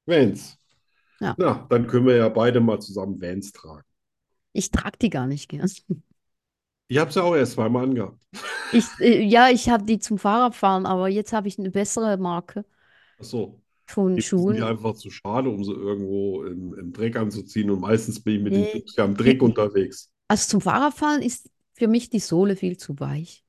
Vans.
ja.
Na, dann können wir ja beide mal zusammen Vans tragen.
Ich trage die gar nicht gern.
Ich habe es ja auch erst zweimal angehabt.
Ich, äh, ja, ich habe die zum Fahrradfahren, aber jetzt habe ich eine bessere Marke
Ach so.
von
Die sind mir
Schuhen.
einfach zu schade, um sie irgendwo im, im Dreck anzuziehen. Und meistens bin ich mit den
Nee.
Jungs ja im Dreck
die-
unterwegs.
Also zum Fahrradfahren ist für mich die Sohle viel zu weich.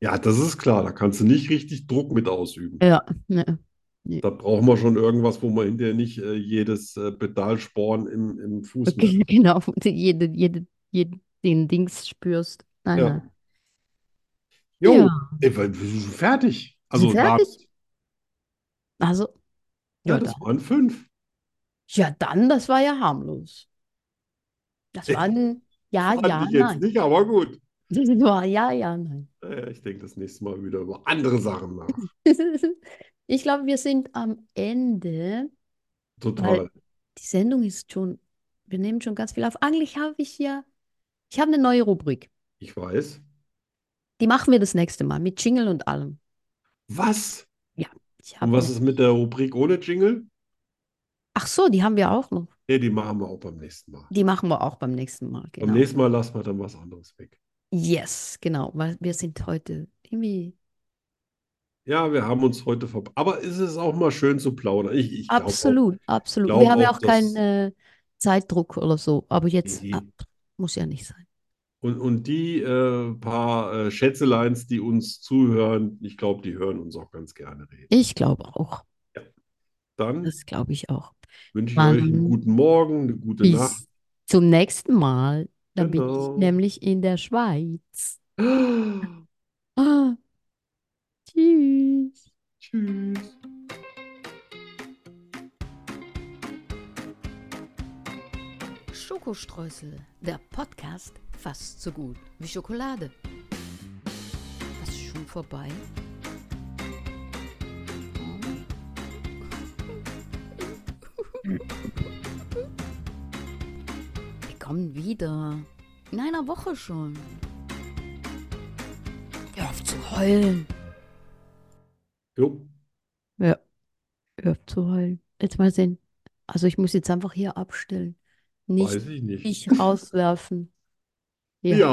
Ja, das ist klar. Da kannst du nicht richtig Druck mit ausüben.
Ja, ne, ne.
Da brauchen wir schon irgendwas, wo man hinterher nicht äh, jedes äh, Pedalsporn im, im Fuß
Okay,
merkt.
genau. Jede, jede, jeden den Dings spürst. Nein,
Ja.
nein.
Jo,
Ja,
ey, weil wir sind fertig.
sind
Also war
fertig. Also,
ja,
ja,
das
dann.
waren fünf.
Ja, dann, das war ja harmlos. Das war ein Ja,
Fand
Ah, ja,
ich jetzt
nein.
Äh, nicht, aber gut.
Das war Ja, ja, nein.
Naja, ich denke das nächste Mal wieder über andere Sachen nach.
Ich glaube, wir sind am Ende, weil
Total.
die Sendung ist schon, wir nehmen schon ganz viel auf. Eigentlich habe ich ja, ich habe eine neue Rubrik.
Ich weiß.
Die machen wir das nächste Mal mit Jingle und allem.
Was?
Ja, ich
Und
habe
was
eine.
ist mit der Rubrik ohne Jingle?
Ach so, die haben wir auch noch.
Nee, die machen wir auch beim nächsten Mal.
Die machen wir auch beim nächsten Mal,
Beim
genau.
nächsten Mal lassen wir dann was anderes weg.
Yes, genau, weil wir sind heute irgendwie
Ja, wir haben uns heute ver... Aber es ist auch mal schön zu plaudern. Ich, ich glaube auch,
absolut, absolut. Wir
glaub
haben ja
auch,
auch keinen
dass Mhm.
äh, Zeitdruck oder so, aber jetzt ah,
die,
muss ja nicht sein.
und, und die äh, paar äh, Schätzeleins, die uns zuhören, ich glaube, die hören uns auch ganz gerne reden.
Ich glaube auch.
Ja. Dann
Das glaube ich auch.
wünsche ich euch einen
Dann
guten Morgen, eine gute Nacht.
bis zum nächsten Mal. Dann bin ich
Genau.
nämlich in der Schweiz. Ah, tschüss.
Tschüss.
Schokostreusel, der Podcast fast so gut wie Schokolade. Was ist schon vorbei? Wir kommen wieder. In einer Woche schon. Hör auf zu heulen.
Jo.
Ja, hör auf zu heulen. Jetzt mal sehen. Also ich muss jetzt einfach hier abstellen. Nicht
Weiß ich nicht.
dich rauswerfen. Ja.
Ja.